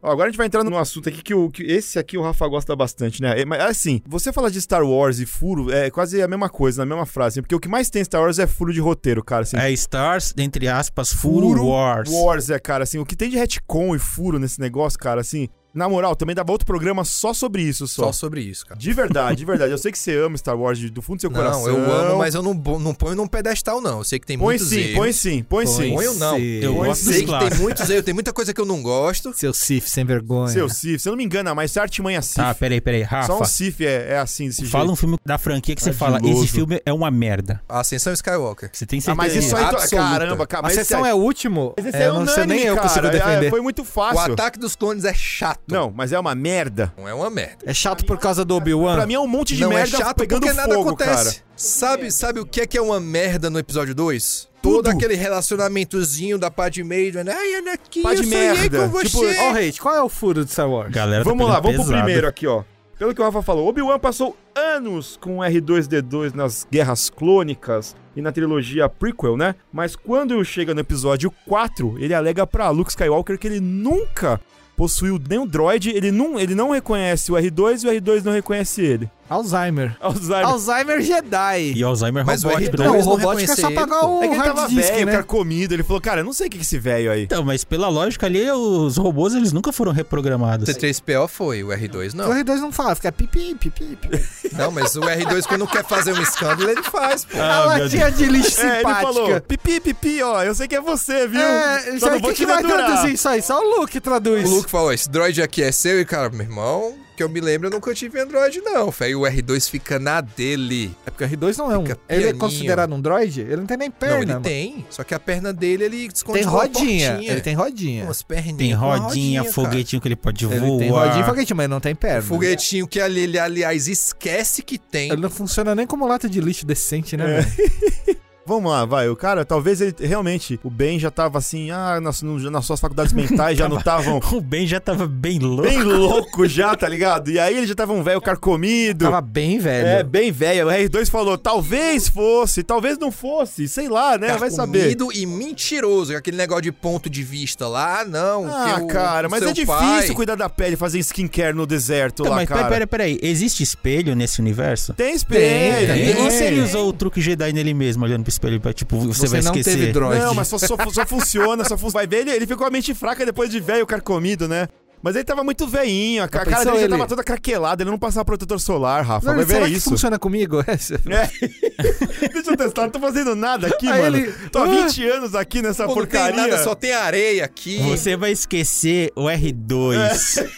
A: Ó, agora a gente vai entrar num assunto aqui que, o, que esse aqui o Rafa gosta bastante, né? É, Mas assim, você falar de Star Wars e furo é quase a mesma coisa, na mesma frase. assim, porque o que mais tem em Star Wars é furo de roteiro, cara. Assim,
D: É Stars, entre aspas, Furo, Wars.
A: Wars, é, cara, assim, o que tem de retcon e furo nesse negócio, cara, assim, na moral, também dava outro programa só sobre isso,
C: Só sobre isso, cara.
A: De verdade, de verdade. Eu sei que você ama Star Wars de- do fundo do seu coração.
C: Não, eu amo, mas eu não, bo- não ponho num pedestal, não. Eu sei que tem
A: Põe
C: muitos
A: sim,
C: erros.
A: põe sim, põe sim.
C: Põe ou não?
D: Eu
A: Pois
D: gosto
A: é.
D: dos
C: sei que tem
D: clássicos.
C: muitos erros, tem muita coisa que eu não gosto.
B: Seu Sif sem vergonha.
A: Seu Sif, você não me engana, mas essa artimanha é Sif.
D: Tá, peraí, peraí, Rafa.
A: Só um Sif é, é assim desse
D: Fala
A: jeito.
D: um filme da franquia que você fala,
A: Ardiloso.
D: esse filme é uma merda.
C: A Ascensão Skywalker.
D: Você tem
A: Ah,
D: certeza?
A: mas isso aí.
C: Absoluta.
A: Caramba, cara. Ah,
B: A
A: mas
B: sessão
A: esse
B: é o último.
A: Mas esse
B: é,
A: é
B: eu não sei
A: unânime,
B: nem eu
A: cara.
B: consigo
A: É,
B: defender.
A: foi muito
C: O
A: fácil.
C: Ataque dos Clones é chato.
A: Não, mas é uma merda.
C: Não é uma merda.
B: É chato por causa do Obi-Wan.
A: Pra mim é um monte de
C: não
A: merda
C: é chato
A: pegando
C: porque
A: fogo,
C: nada acontece.
A: cara.
C: Sabe, sabe o que é que é uma merda no episódio 2? Todo aquele relacionamentozinho da Padme, né? Ai, Anakin,
A: Pá
C: eu
A: de
C: sonhei
A: merda.
C: com você.
A: Tipo,
B: Ó, hate, qual é o furo de Star Wars?
D: Galera, tá
A: Vamos lá, vamos pro
D: pesado.
A: primeiro aqui, ó. Pelo que o Rafa falou, Obi-Wan passou anos com o R2-D2 nas Guerras Clônicas e na trilogia prequel, né? Mas quando chega no episódio 4, ele alega pra Luke Skywalker que ele nunca possuiu nenhum droid, ele não, ele não reconhece o R2 e o R2 não reconhece ele.
B: Alzheimer.
A: Alzheimer.
B: Alzheimer Jedi.
D: E Alzheimer
C: Mas o
D: robótico.
C: R2
D: né?
B: Não, o
C: Eles não
B: robótico é só
C: reconheceram,
B: pagar
C: pô.
B: o
A: É que ele
B: hard
A: tava
B: disk,
A: velho,
B: né?
A: cara comido. Ele falou, cara, eu não sei o que que esse velho aí.
D: Então, mas pela lógica ali, os robôs eles nunca foram
C: O
D: reprogramados.
C: C3PO foi, o R2
B: O
C: não.
B: R2 não fala, fica pipi, pipi, pipi.
C: Não, mas o R2 quando quer fazer um escândalo, ele faz, pô.
B: a
D: meu
B: latinha de lixo
A: É, ele falou,
B: simpática.
A: pipi, pipi, ó, eu sei que é você, viu?
B: É, isso
A: Só não
B: aí,
A: vou
B: quem
A: te
B: que vai
A: dedurar."
B: traduzir isso aí? Só o Luke traduz.
C: O Luke falou, esse droid aqui é seu, e cara, meu irmão, que eu me lembro, eu nunca tive Android não, fé. E o R2 fica na dele.
B: É porque o R2 não é um...
C: Fica
B: Ele é
C: pianinho.
B: considerado um droid? Ele não tem nem
C: não,
B: perna,
C: ele
B: mano.
C: tem, só que a perna dele, ele esconde
B: Tem
C: com uma
B: rodinha.
C: portinha.
B: Ele tem rodinha.
C: umas perninhas.
D: Tem
C: com uma
D: rodinha,
C: cara.
D: foguetinho que ele pode
B: Ele
D: voar.
B: tem rodinha e foguete, mas não tem perna.
C: É Foguetinho que ali- ele, aliás, esquece que tem.
B: Ele não funciona nem como lata de lixo decente, né, velho?
A: Vamos lá, vai. O cara, talvez ele realmente, o Ben já tava assim, ah, nas, no- nas suas faculdades mentais já não estavam
D: O Ben já tava bem louco.
A: bem louco já, tá ligado? E aí ele já tava um velho carcomido.
B: Tava bem velho.
A: É, bem velho. O R2 falou, talvez fosse, talvez não fosse, sei lá, né? Vai saber.
C: Carcomido e mentiroso, aquele negócio de ponto de vista lá, ah, não.
A: Ah,
C: porque o-
A: cara,
C: o
A: mas
C: seu
A: é difícil
C: pai-
A: cuidar da pele, fazer skincare no deserto
D: Então,
A: lá,
D: mas
A: cara.
D: peraí, peraí, peraí. Existe espelho nesse universo?
A: Tem espelho,
C: Tem,
D: E
A: tem.
D: e se ele usou o truque Jedi nele mesmo, olhando pro espelho, pra, tipo, você,
B: Você,
D: vai
B: não
D: esquecer.
B: teve droid.
A: Não, mas só, só, só funciona, só funciona. Vai ver, ele, ele ficou a mente fraca depois de velho carcomido, né? Mas ele tava muito veinho, a, ca- a cara
B: pensou
A: dele já
B: ele?
A: tava toda craquelada, ele não passava protetor solar, Rafa.
B: Não,
A: vai
B: tipo será
A: ver
B: que
A: isso.
B: funciona comigo?
A: É. Deixa eu testar, não tô fazendo nada aqui,
B: um Aí
A: mano.
B: ele-
A: Tô há
B: Ah.
A: 20 anos aqui nessa
C: Pô, não tem
A: porcaria.
C: nada, só tem areia aqui.
D: Você vai esquecer o R2.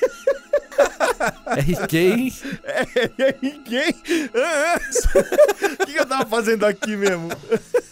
B: É quem?
A: É, ninguém. Ah, ah. O que que eu tava fazendo aqui mesmo?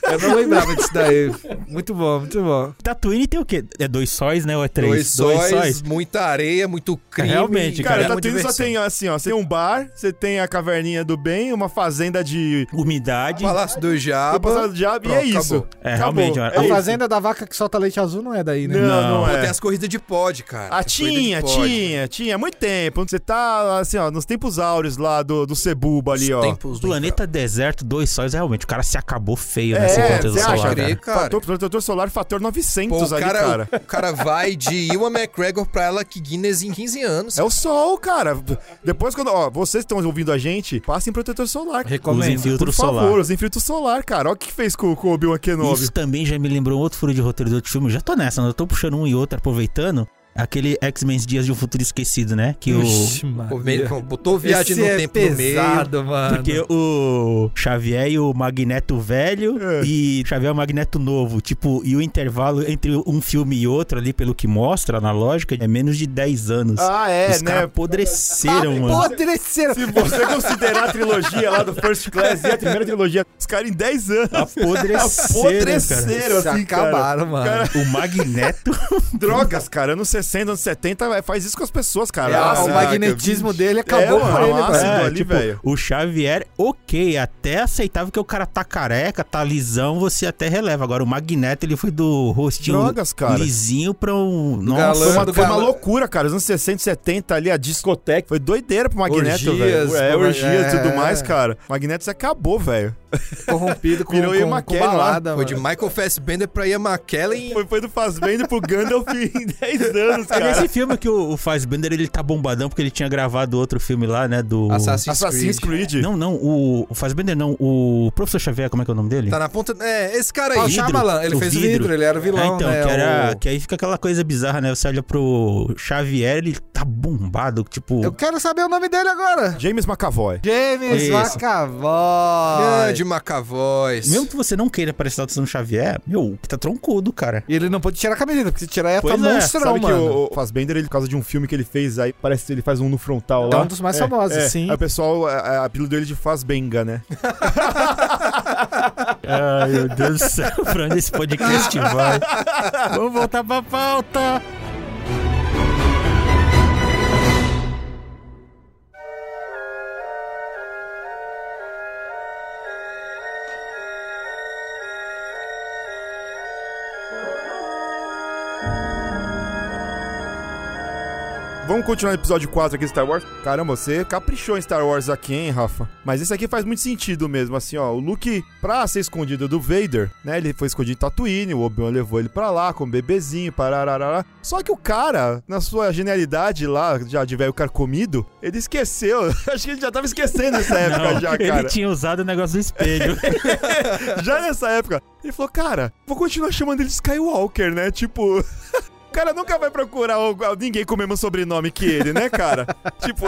B: Eu não lembrava disso daí. Muito bom, muito bom.
D: Tatooine tem o quê? É dois sóis, né? Ou é três?
C: Dois sóis, muita areia, muito crime.
D: Realmente,
A: Cara,
D: Cara, é
A: tá
D: uma
A: tendo só
D: diversão.
A: tem assim, ó. Você tem um bar, você tem a caverninha do bem, uma fazenda de.
D: Umidade.
C: um Palácio do
A: do
C: Jabo.
A: passado de diabo, e é
C: Pronto,
A: isso.
C: acabou.
D: É, realmente,
A: Acabou,
D: olha,
A: é
D: a
B: A
A: isso.
B: fazenda da vaca que solta leite azul não é daí, né?
A: Não, não,
D: Não.
C: Pô,
A: é.
C: tem as corridas de pod, cara.
A: Ah,
C: As corridas de
A: tinha,
D: né?
C: pod.
A: tinha, tinha. Há muito tempo. Você tá, assim, ó, nos tempos áureos lá do, do Cebuba ali, ó.
C: Tempos do
D: Planeta deserto, dois sóis, realmente. O cara se acabou feio
A: É,
D: nessa conta do
A: você acha,
D: né? solar. né?
C: cara?
D: cara.
C: cara.
A: Fator, protetor solar fator
C: Pô,
A: 900
C: o,
A: ali,
C: cara,
A: cara.
C: o cara vai de Ewan McGregor pra ela que Guinness em 15 anos.
A: É o sol, cara. Depois, quando. Ó, vocês que estão ouvindo a gente, passem protetor solar.
D: Usem
B: Recomendo.
D: filtro
A: Por favor,
D: solar.
A: usem filtro solar, cara. Olha o que fez com, com o Obi-Wan Kenobi.
D: Isso também já me lembrou um outro furo de roteiro do outro filme. Já tô nessa, eu tô puxando um e outro, aproveitando. Aquele X-Men Dias de um Futuro Esquecido, né? Que o.
B: Ixi,
C: Pô,
B: mano.
C: me- Botou viagem
B: Esse
C: no
B: é
C: tempo no meio.
B: pesado,
A: Ah,
B: mano.
D: Porque o Xavier e o Magneto velho
A: É.
D: e Xavier e o Magneto novo, tipo, e o intervalo entre um filme e outro ali, pelo que mostra na lógica, é menos de 10 anos.
A: Ah, é,
D: Os caras
A: né?
B: Ah,
D: apodreceram, mano.
B: Apodreceram.
A: Se você considerar a trilogia lá do First Class e a primeira trilogia, os caras em 10 anos
D: Apodreceram, cara.
A: apodreceram,
B: Se
A: assim, cara.
B: acabaram, mano.
A: Cara,
D: O Magneto
A: Drogas, cara, anos 60, anos 70, vai- faz isso com as pessoas, cara. Ah,
B: É,
A: Nossa,
B: o
A: cara,
B: magnetismo
A: bicho.
B: dele acabou
A: É,
B: pra
A: mano,
B: ele,
A: é um
B: mano.
A: ácido
D: É,
A: ali,
D: tipo,
A: velho.
D: O Xavier, ok, até aceitável que o cara tá careca, tá lisão, você até releva. Agora, o Magneto, ele foi do rostinho
A: Drogas, cara.
D: lisinho pra um... Nossa,
A: Foi
B: galã.
A: uma,
B: do
A: foi uma
B: galo-
A: loucura, cara. Os anos 60, 70 ali, a discoteca. Foi doideira pro Magneto,
B: Orgias,
A: velho. É,
B: pô,
A: orgias e
B: é.
A: tudo mais, cara. Magneto se acabou, velho.
B: Corrompido com,
A: Virou Ian
B: com, com
A: McKellen lá.
B: balada,
C: Foi
B: mano.
C: de Michael Fassbender pra Ian McKellen.
A: Foi, foi do Fazbender pro Gandalf em 10 anos,
D: É
A: cara.
D: nesse filme que o, o Fassbender, ele tá bombadão porque ele tinha gravado outro filme lá, né, do...
C: Assassin's,
A: Assassin's
C: Creed.
A: Creed.
D: Não, não, o, o Fassbender não, o Professor Xavier, como é que é o nome dele?
C: Tá na ponta. É, esse cara
B: Ah, o
C: aí.
D: vidro,
B: Shyamalan, ele
D: o
B: fez o
D: vidro.
B: vidro, ele era o vilão,
D: ah, então,
B: né?
D: que, era,
B: o-
D: que aí fica aquela coisa bizarra, né? Você olha pro Xavier, ele tá bombado, tipo...
B: Eu quero saber o nome dele agora.
A: James McAvoy.
B: James
D: Isso.
B: McAvoy.
C: é Grande Macavoz.
D: Mesmo que você não queira prestar atenção no Xavier, meu, tá troncudo, cara.
B: E ele não pôde tirar a camiseta, porque se tirar ia ficar
D: Pois é,
B: monstrão,
A: Sabe que
B: mano.
A: o, o Fazbender, ele, por causa de um filme que ele fez, aí parece que ele faz um no frontal
B: É
A: lá.
B: um dos mais famosos,
A: é.
B: sim.
A: Aí o pessoal a- a- apelidou ele de Fazbenga, né?
D: Ai, meu Deus do céu, pra onde esse podcast vai? Vamos voltar pra pauta!
A: Vamos continuar no episódio 4 aqui de Star Wars. Caramba, você caprichou em Star Wars aqui, hein, Rafa? Mas esse aqui faz muito sentido mesmo, assim, ó. O Luke, pra ser escondido do Vader, né? Ele foi escondido em Tatooine, o Obi-Wan levou ele pra lá como bebezinho, parararará. Só que o cara, na sua genialidade lá, já de velho carcomido, ele esqueceu. Acho que ele já tava esquecendo nessa época já, cara.
D: ele tinha usado o negócio do espelho.
A: Já nessa época, ele falou, cara, vou continuar chamando ele de Skywalker, né? Tipo. O cara nunca vai procurar algu- ninguém com o mesmo sobrenome que ele, né, cara? tipo,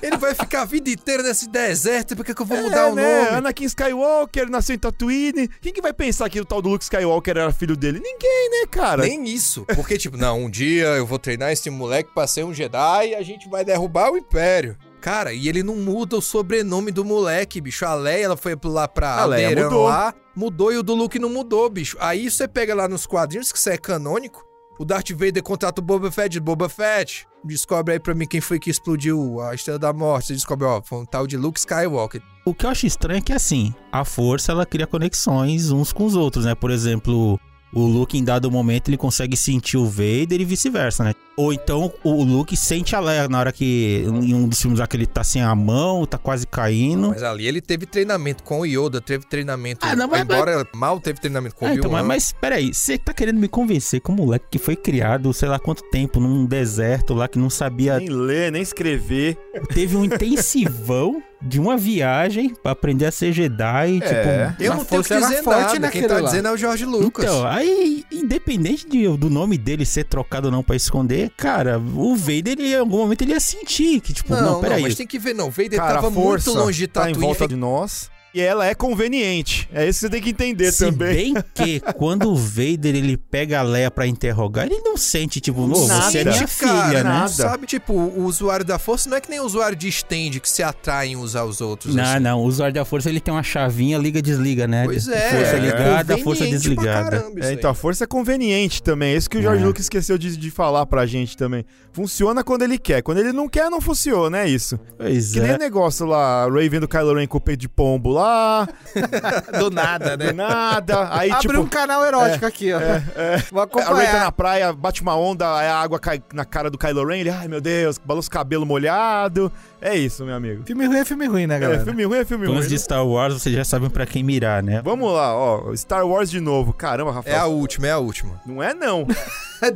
C: Ele vai ficar a vida inteira nesse deserto, por que que eu vou mudar
A: é,
C: o
A: né?
C: nome?
A: Anakin Skywalker nasceu em Tatooine. Quem que vai pensar que o tal do Luke Skywalker era filho dele? Ninguém, né, cara?
C: Nem isso. Porque, tipo, não, um dia eu vou treinar esse moleque pra ser um Jedi e a gente vai derrubar o Império. Cara, e ele não muda o sobrenome do moleque, bicho. A Leia, ela foi lá pra
A: A Leia
C: Alderan
A: mudou.
C: lá, mudou e o do Luke não mudou, bicho. Aí você pega lá nos quadrinhos, que isso é canônico, O Darth Vader contrata o Boba Fett, Boba Fett. Descobre aí pra mim quem foi que explodiu a Estrela da Morte. Você descobre, ó, foi um tal de Luke Skywalker.
D: O que eu acho estranho é que, assim, a força ela cria conexões uns com os outros, né? Por exemplo, o Luke, em dado momento, ele consegue sentir o Vader e vice-versa, né? Ou então o Luke sente a Leia na hora que, em um dos filmes lá, que ele tá sem a mão, tá quase caindo.
C: Mas ali ele teve treinamento com o Yoda, teve treinamento.
D: Ah, não, mas-
C: embora mal teve treinamento com o
D: Ah, então,
C: Obi-Wan.
D: mas, mas peraí, você tá querendo me convencer que um moleque que foi criado, sei lá quanto tempo, num deserto lá que não sabia
A: Nem ler, nem escrever.
D: teve um intensivão de uma viagem pra aprender a ser Jedi,
A: É.
D: tipo...
C: Eu
B: Mas
C: não tenho
B: força
C: que
B: era
C: dizer
B: forte
C: nada. Quem
B: naquele
C: tá
B: lá.
C: dizendo é o Jorge Lucas.
D: Então, aí, independente de- do nome dele ser trocado ou não pra esconder, cara, o Vader, ele, em algum momento, ele ia sentir que, tipo,
C: não,
D: não,
C: não,
D: peraí.
C: mas tem que ver, não. Vader
A: Cara,
C: tava
A: a força
C: muito longe de
A: tá em
C: Tatooine.
A: volta de nós. E ela é conveniente. É isso que você tem que entender
D: Se
A: também.
D: bem que quando o Vader ele pega a Leia pra interrogar, ele não sente, tipo, "Ô, você é
A: Nada,
D: minha filha, né?
A: nada.
C: Sabe, tipo, o usuário da força não é que nem o usuário de stand que se atraem uns aos outros.
D: Não,
C: assim.
D: não, o usuário da força ele tem uma chavinha, liga, desliga, né?
C: Pois é.
D: Força
C: é
D: ligada, força
C: conveniente pra
D: desligada.
C: caramba isso
A: É,
C: aí.
A: então, a força é conveniente também. É isso que o Jorge
D: É.
A: Lucas esqueceu de, de falar pra gente também. Funciona quando ele quer. Quando ele não quer, não funciona, é isso.
D: Pois
A: Que nem
D: é.
A: o negócio lá, Ray vendo Kylo Ren com o peito de pombo lá,
C: do nada,
A: do nada. Aí,
B: Abre
A: tipo, é,
B: um canal erótico aqui, ó. Vou
A: a Ray tá
B: acompanhar.
A: na praia, bate uma onda, aí a água cai na cara do Kylo Ren, ele, ai meu Deus, balança o cabelo molhado. É isso, meu amigo.
B: Filme ruim é filme ruim, né, galera?
A: É, filme ruim é filme ruim.
D: Fãs de Star Wars, vocês já sabem pra quem mirar, né?
A: Vamos lá, ó, Star Wars de novo. Caramba,
C: É a
A: Rafael.
C: última, é a última.
A: Não é não.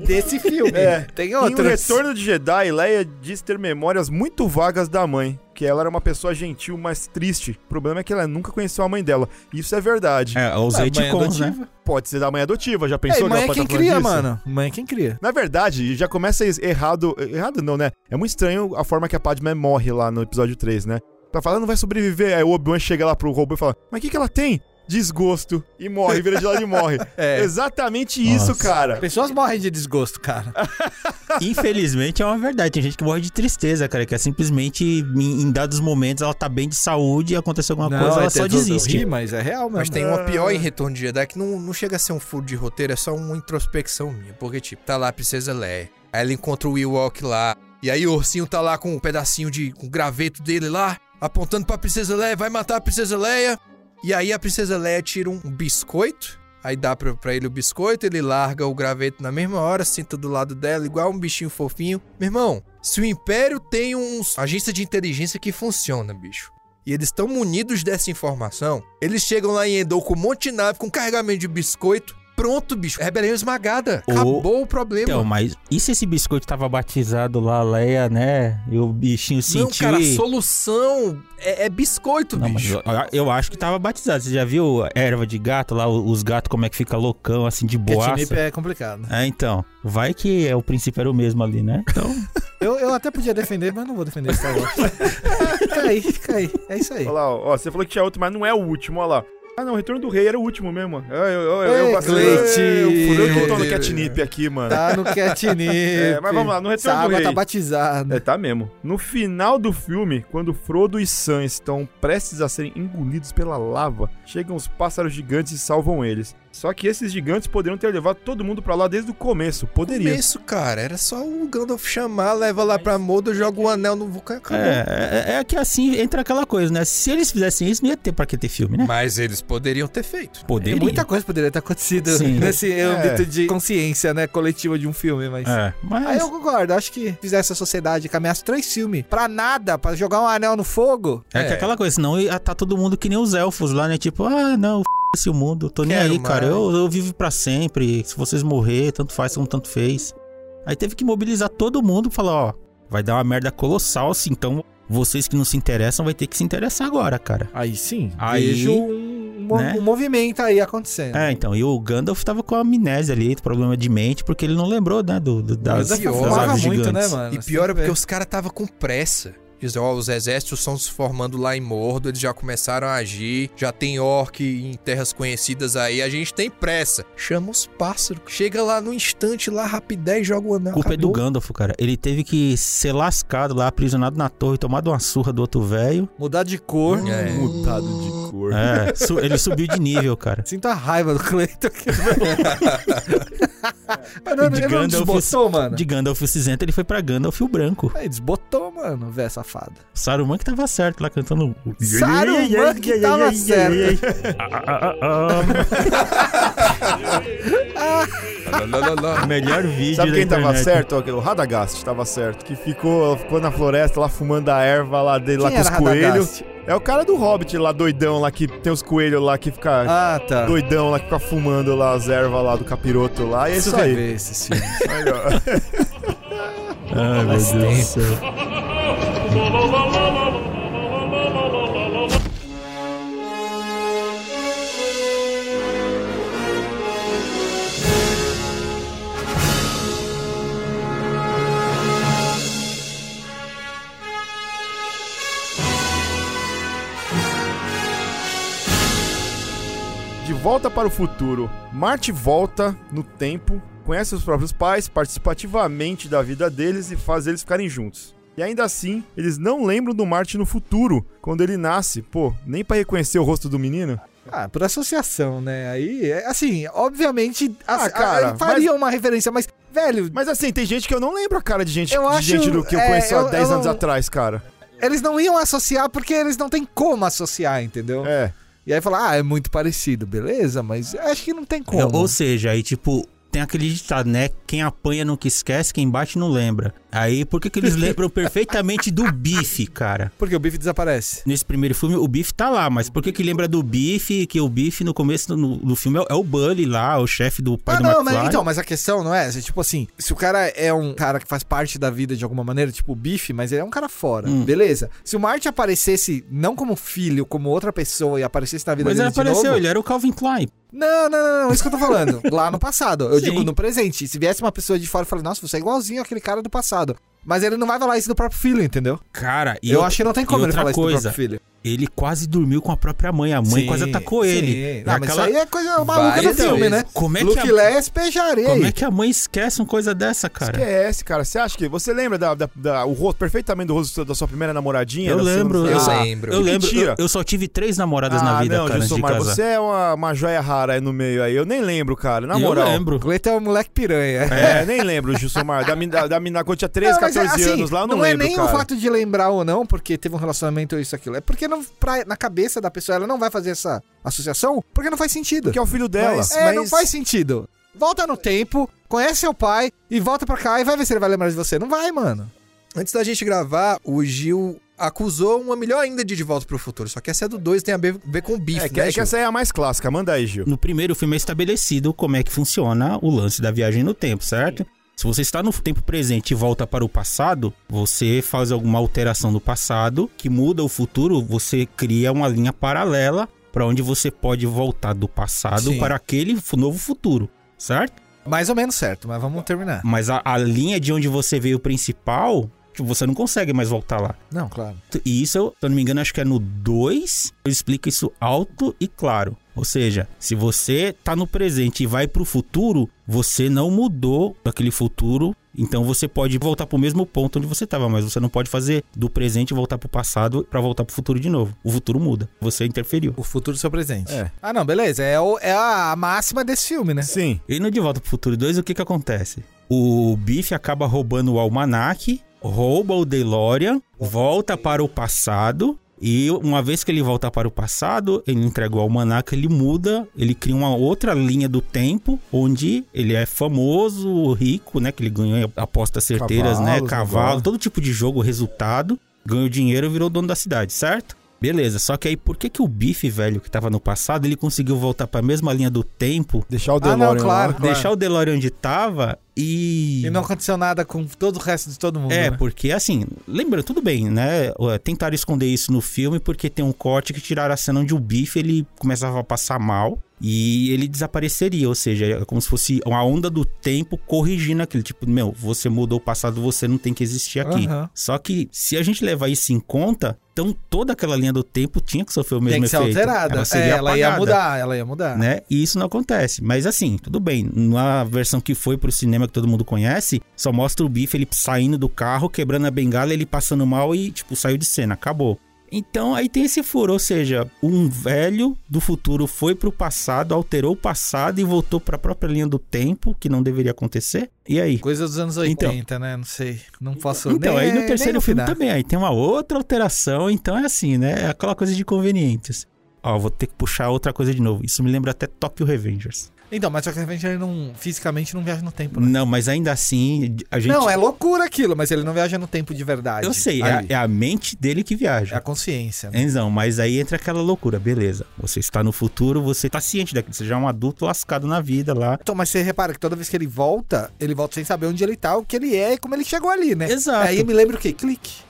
B: Desse filme.
A: É.
B: Tem
A: Em O
B: outro.
A: Retorno de Jedi, Leia diz ter memórias muito vagas da mãe, que ela era uma pessoa gentil, mas triste. O problema é que ela nunca conheceu a mãe dela. Isso é verdade.
D: É,
B: Ah,
D: os retcons, né?
A: Pode ser da mãe adotiva, já
B: É,
A: pensou?
B: e mãe
A: que ela
B: é
A: pode
B: quem
A: tá falando
B: cria,
A: disso?
B: mano. Mãe é quem cria.
A: Na verdade, já começa es- errado. Errado não, né? É muito estranho a forma que a Padme morre lá no episódio 3, né? Tá falando, não vai sobreviver. Aí o Obi-Wan chega lá pro robô e fala: Mas o que, que ela tem? Desgosto. E morre, vira de lado e morre.
C: É.
A: Exatamente isso,
D: Nossa.
A: cara.
B: Pessoas morrem de desgosto, cara.
D: Infelizmente é uma verdade. Tem gente que morre de tristeza, cara, que é simplesmente em em dados momentos ela tá bem de saúde e acontece alguma
B: é
D: coisa,
C: é,
D: ela só desiste.
B: mas é real mesmo.
C: Mas
A: um
C: tem uma pior em Retorno de Jedi é que não, não chega a ser um furo de roteiro, é só uma introspecção minha. Porque, tipo, tá lá a Princesa Leia, aí ela encontra o Ewok lá, e aí o ursinho tá lá com um pedacinho de... com o graveto dele lá, apontando pra Princesa Leia, vai matar a Princesa Leia. E aí a Princesa Leia tira um, um biscoito, aí dá pra, pra ele o biscoito, ele larga o graveto na mesma hora, senta do lado dela, igual um bichinho fofinho. Meu irmão, se o Império tem uns... agência de inteligência que funciona, bicho e eles estão munidos dessa informação, eles chegam lá em Endor com um monte de nave, com carregamento de biscoito. Pronto, bicho. Rebelião esmagada.
D: Ô,
C: Acabou o problema.
D: Então, mas e se esse biscoito tava batizado lá, Leia, né? E o bichinho sentiu
C: Não, cara,
D: e...
C: a solução é, é biscoito,
D: Não, mas
C: bicho.
D: eu, eu acho que tava batizado. Você já viu a erva de gato lá, o- os gatos como é que fica loucão, assim, de
B: Catnip
D: boaça?
B: é complicado.
D: É, então. Vai que é, o princípio era o mesmo ali, né? Então,
B: Eu, eu até podia defender, mas não vou defender Star Wars. cai, cai. É isso aí.
A: Olha lá, ó, ó, você falou que tinha outro, mas não é o último, olha lá. Ah, não, o Retorno do Rei era o último mesmo. ó. Ah, eu, eu, eu, eu,
B: Ei,
A: vacilei.
B: Cleite.
A: eu, fui eu que tô no
C: Meu Deus.
A: catnip aqui, mano.
B: Tá no catnip.
A: É, mas vamos lá, no
B: Essa
A: Retorno do
B: água
A: Rei.
B: tá batizada.
A: É, tá mesmo. No final do filme, quando Frodo e Sam estão prestes a serem engolidos pela lava, chegam os pássaros gigantes e salvam eles. Só que esses gigantes poderiam ter levado todo mundo pra lá desde o começo. Poderia.
C: Isso, cara. Era só o Gandalf chamar, leva lá pra Moda, joga o anel no vulcão. acabou.
D: é, é, é que assim entra aquela coisa, né? Se eles fizessem isso, não ia ter pra que ter filme, né?
C: Mas eles poderiam ter feito.
D: Poderia.
B: Muita coisa poderia ter acontecido
D: Sim.
B: nesse
A: É.
B: âmbito de consciência, né? Coletiva de um filme, mas.
D: É,
B: Aí
D: mas...
B: eu concordo, acho que fizesse a sociedade caminhasse três filmes pra nada, pra jogar um anel no fogo.
D: É, que
C: É.
D: aquela coisa, senão ia tá todo mundo que nem os elfos lá, né? Tipo, ah, não, f***-se o mundo, tô nem
C: Quero
D: aí,
C: mais.
D: cara. Eu, eu vivo pra sempre. Se vocês morrer, tanto faz como tanto fez. Aí teve que mobilizar todo mundo e falar, ó, vai dar uma merda colossal, assim, então vocês que não se interessam vai ter que se interessar agora, cara.
B: Aí sim.
D: Aí,
B: Vejo um, mo-
D: né?
B: um movimento aí acontecendo.
D: É, então, e o Gandalf tava com amnésia ali, problema de mente, porque ele não lembrou, né, do, do- das,
C: Mas
D: das
B: assim,
C: ele fumava
D: aves gigantes.
B: né, mano? Assim,
C: e pior é porque os caras estavam com pressa. Dizem, ó, os exércitos estão se formando lá em Mordo, eles já começaram a agir, já tem orc em terras conhecidas aí, a gente tem pressa. Chama os pássaros. Chega lá no instante, lá rapidez, joga o anel.
D: A culpa é do
C: acabou.
D: Gandalf, cara. Ele teve que ser lascado lá, aprisionado na torre, tomado uma surra do outro velho.
B: Mudar de cor. né?
C: É.
A: Mudado de cor.
D: É, su- ele subiu de nível, cara.
B: Sinto a raiva do Cleiton aqui. Mas não,
D: De
B: ele não
D: Gandalf-
B: desbotou, mano.
D: De Gandalf o cinzento, ele foi pra Gandalf o branco.
B: Aí desbotou, mano, velho safada.
D: Saruman que tava certo lá cantando. o- Ah,
B: Saruman que tava certo.
C: Lá, lá, lá, lá.
D: O melhor vídeo
A: Sabe
D: da
A: quem tava
D: internet.
A: certo? O Radagast tava certo. Que ficou, ficou na floresta lá fumando a erva lá dele, lá
B: Quem
A: com os
B: era
A: coelhos.
B: Radagast?
A: É o cara do Hobbit lá, doidão lá, que tem os coelhos lá que fica
B: Ah, tá.
A: doidão lá, que fica fumando lá as ervas lá do capiroto lá. E é isso
B: vai
A: aí.
B: ver esses filmes.
A: Aí, ó.
D: Ai, meu Deus do céu.
A: De volta para o futuro, Marte volta no tempo, conhece os próprios pais, participativamente da vida deles e faz eles ficarem juntos. E ainda assim, eles não lembram do Marte no futuro, quando ele nasce. Pô, nem pra reconhecer o rosto do menino.
B: Ah, por associação, né? Aí, é, assim, obviamente,
A: Ah,
B: a-
A: cara,
B: a- faria uma referência, mas, velho,
A: Mas assim, tem gente que eu não lembro a cara de gente,
B: Eu
A: de
B: acho-
A: gente do que eu
B: é,
A: conheço há
B: eu-
A: 10
B: eu-
A: anos atrás, cara.
B: eles não iam associar porque eles não têm como associar, entendeu?
A: É.
B: E aí falar, ah, é muito parecido, beleza, mas acho que não tem como.
D: É, Ou seja, aí tipo, tem aquele ditado, né? Quem apanha nunca esquece, quem bate não lembra. Aí por que, que eles lembram perfeitamente do bife, cara?
B: Porque o bife desaparece.
D: Nesse primeiro filme, o bife tá lá, mas por que que lembra do bife? Que o bife no começo do, do filme é, é o Bully lá, o chefe do pai
B: Ah,
D: do
B: não,
D: McFly.
B: mas então, mas a questão não é, tipo assim, se o cara é um cara que faz parte da vida de alguma maneira, tipo o bife, mas ele é um cara fora,
D: Hum.
B: beleza? Se o Marte aparecesse não como filho, como outra pessoa e aparecesse na vida
D: Mas ele
B: dele de
D: apareceu,
B: novo,
D: ele era o Calvin Klein.
B: Não, não, não, não, isso que eu tô falando. Lá no passado. Eu
D: Sim.
B: digo no presente. Se viesse uma pessoa de fora e falar, nossa, você é igualzinho àquele cara do passado. Mas ele não vai falar isso do próprio filho, entendeu?
D: Cara, e
B: eu
D: eu-
B: acho que não tem como ele
D: outra
B: falar isso do
D: coisa,
B: próprio filho.
D: ele quase dormiu com a própria mãe. A mãe
B: Sim,
D: quase atacou
B: sim.
D: ele.
B: Não,
D: É
B: mas
D: aquela-
B: isso aí é coisa maluca do
C: Várias
B: filme,
C: vezes.
B: né?
D: Como é que
B: Luke
D: a-
B: Less beijarei.
D: Como é que a mãe esquece uma coisa dessa, cara?
A: Esquece, cara. Você acha que. Você lembra da, da- da- o rosto, perfeitamente do rosto da sua primeira namoradinha?
D: Eu
A: da sua-
D: lembro,
A: Ah,
D: eu
C: Eu lembro.
D: Eu lembro,
A: Mentira.
D: eu, eu só tive três namoradas na
A: ah,
D: vida,
A: não,
D: cara, antes de
A: Gilsomar,
D: casar.
A: você é uma, uma joia rara aí no meio aí. Eu nem lembro, cara. Na
D: eu
A: moral.
D: lembro.
B: O Cleiton é um moleque piranha.
A: É, nem lembro, Gilsomar. Da, min- da, da mina quando tinha 13,
B: Não, mas é
A: 14
B: assim,
A: anos lá, eu não, lembro,
B: é nem
A: cara.
B: o fato de lembrar ou não, porque teve um relacionamento ou isso, aquilo. É porque não, pra- na cabeça da pessoa ela não vai fazer essa associação, porque não faz sentido.
A: Que é o filho dela.
B: Mas, é, não faz sentido. Volta no tempo, conhece seu pai e volta pra cá e vai ver se ele vai lembrar de você. Não vai, mano.
C: Antes da gente gravar, o Gil acusou uma melhor ainda de De Volta pro Futuro. Só que essa é do 2 tem a ver ver com o bife,
A: É que,
C: né,
A: é que
C: Gil?
A: essa aí é a mais clássica. Manda aí, Gil.
D: No primeiro filme é estabelecido como é que funciona o lance da viagem no tempo, certo? Se você está no tempo presente e volta para o passado, você faz alguma alteração no passado que muda o futuro, você cria uma linha paralela para onde você pode voltar do passado
C: Sim.
D: para aquele fu- novo futuro, certo?
B: Mais ou menos certo, mas vamos terminar.
D: Mas a, a linha de onde você veio principal, tipo, você não consegue mais voltar lá.
B: Não, claro.
D: E isso, se eu não me engano, acho que é no 2, eu explico isso alto e claro. Ou seja, se você tá no presente e vai pro futuro, você não mudou daquele futuro, então você pode voltar pro mesmo ponto onde você tava, mas você não pode fazer do presente voltar pro passado pra voltar pro futuro de novo. O futuro muda, você interferiu.
B: O futuro do seu presente.
A: É.
B: Ah, não, beleza. É, o- é a máxima desse filme, né?
A: Sim.
D: E no De Volta pro Futuro 2, o que que acontece? O Biff acaba roubando o almanac, rouba o DeLorean, volta para o passado. E uma vez que ele volta para o passado, ele entrega o almanac, ele muda, ele cria uma outra linha do tempo, onde ele é famoso, rico, né? Que ele ganha apostas certeiras, né?
A: Cavalos,
D: Cavalo,
A: negócio.
D: todo tipo de jogo, resultado. Ganhou dinheiro e virou dono da cidade, certo? Beleza, só que aí por que que o Biff, velho, que tava no passado, ele conseguiu voltar para a mesma linha do tempo
A: Deixar o
B: Ah,
A: DeLorean
B: não, claro.
A: lá.
B: claro.
D: deixar o DeLorean onde tava e.
B: E não aconteceu nada com todo o resto de todo mundo.
D: É,
B: né?
D: porque assim, lembra, tudo bem, né? Ué, Tentaram esconder isso no filme porque tem um corte que tiraram a cena onde o bife ele começava a passar mal e ele desapareceria, ou seja, é como se fosse uma onda do tempo corrigindo aquilo. Tipo, meu, você mudou o passado, você não tem que existir aqui.
B: Aham.
D: Só que se a gente levar isso em conta, então toda aquela linha do tempo tinha que sofrer o mesmo
B: Tem que ser
D: efeito.
B: alterada.
D: Ela
B: Ela,
D: seria
B: é, ela ia
D: apagada
B: mudar, ela ia mudar.
D: né? E isso não acontece. Mas assim, tudo bem. Na versão que foi pro cinema que todo mundo conhece, só mostra o bife ele saindo do carro, quebrando a bengala, ele passando mal e, tipo, saiu de cena, acabou. Então aí tem esse furo, ou seja, um velho do futuro foi pro passado, alterou o passado e voltou pra própria linha do tempo, que não deveria acontecer. E aí?
B: Coisa dos anos 80, né? Não sei. Não posso
D: Então,
B: nem, é
D: aí no terceiro
B: nem
D: filme
B: opinar.
D: também, aí tem uma outra alteração, então é assim, né? É aquela coisa de convenientes. Ó, vou ter que puxar outra coisa de novo. Isso me lembra até Tokyo Revengers.
B: Então, mas só que de repente ele não, fisicamente não viaja no tempo, né?
D: Não, mas ainda assim, a gente.
B: Não, é loucura aquilo, mas ele não viaja no tempo de verdade.
D: Eu sei, é a,
B: Ali.
D: é a mente dele que
B: É a
D: viaja.
B: consciência, né?
D: É, Não, mas aí entra aquela loucura, beleza. Você está no futuro, você tá ciente daquilo, você já é um adulto lascado na vida lá.
B: Então, mas você repara que toda vez que ele volta, ele volta sem saber onde ele tá, o que ele é e como ele chegou ali, né?
D: Exato.
B: Aí me lembra o quê? Clique.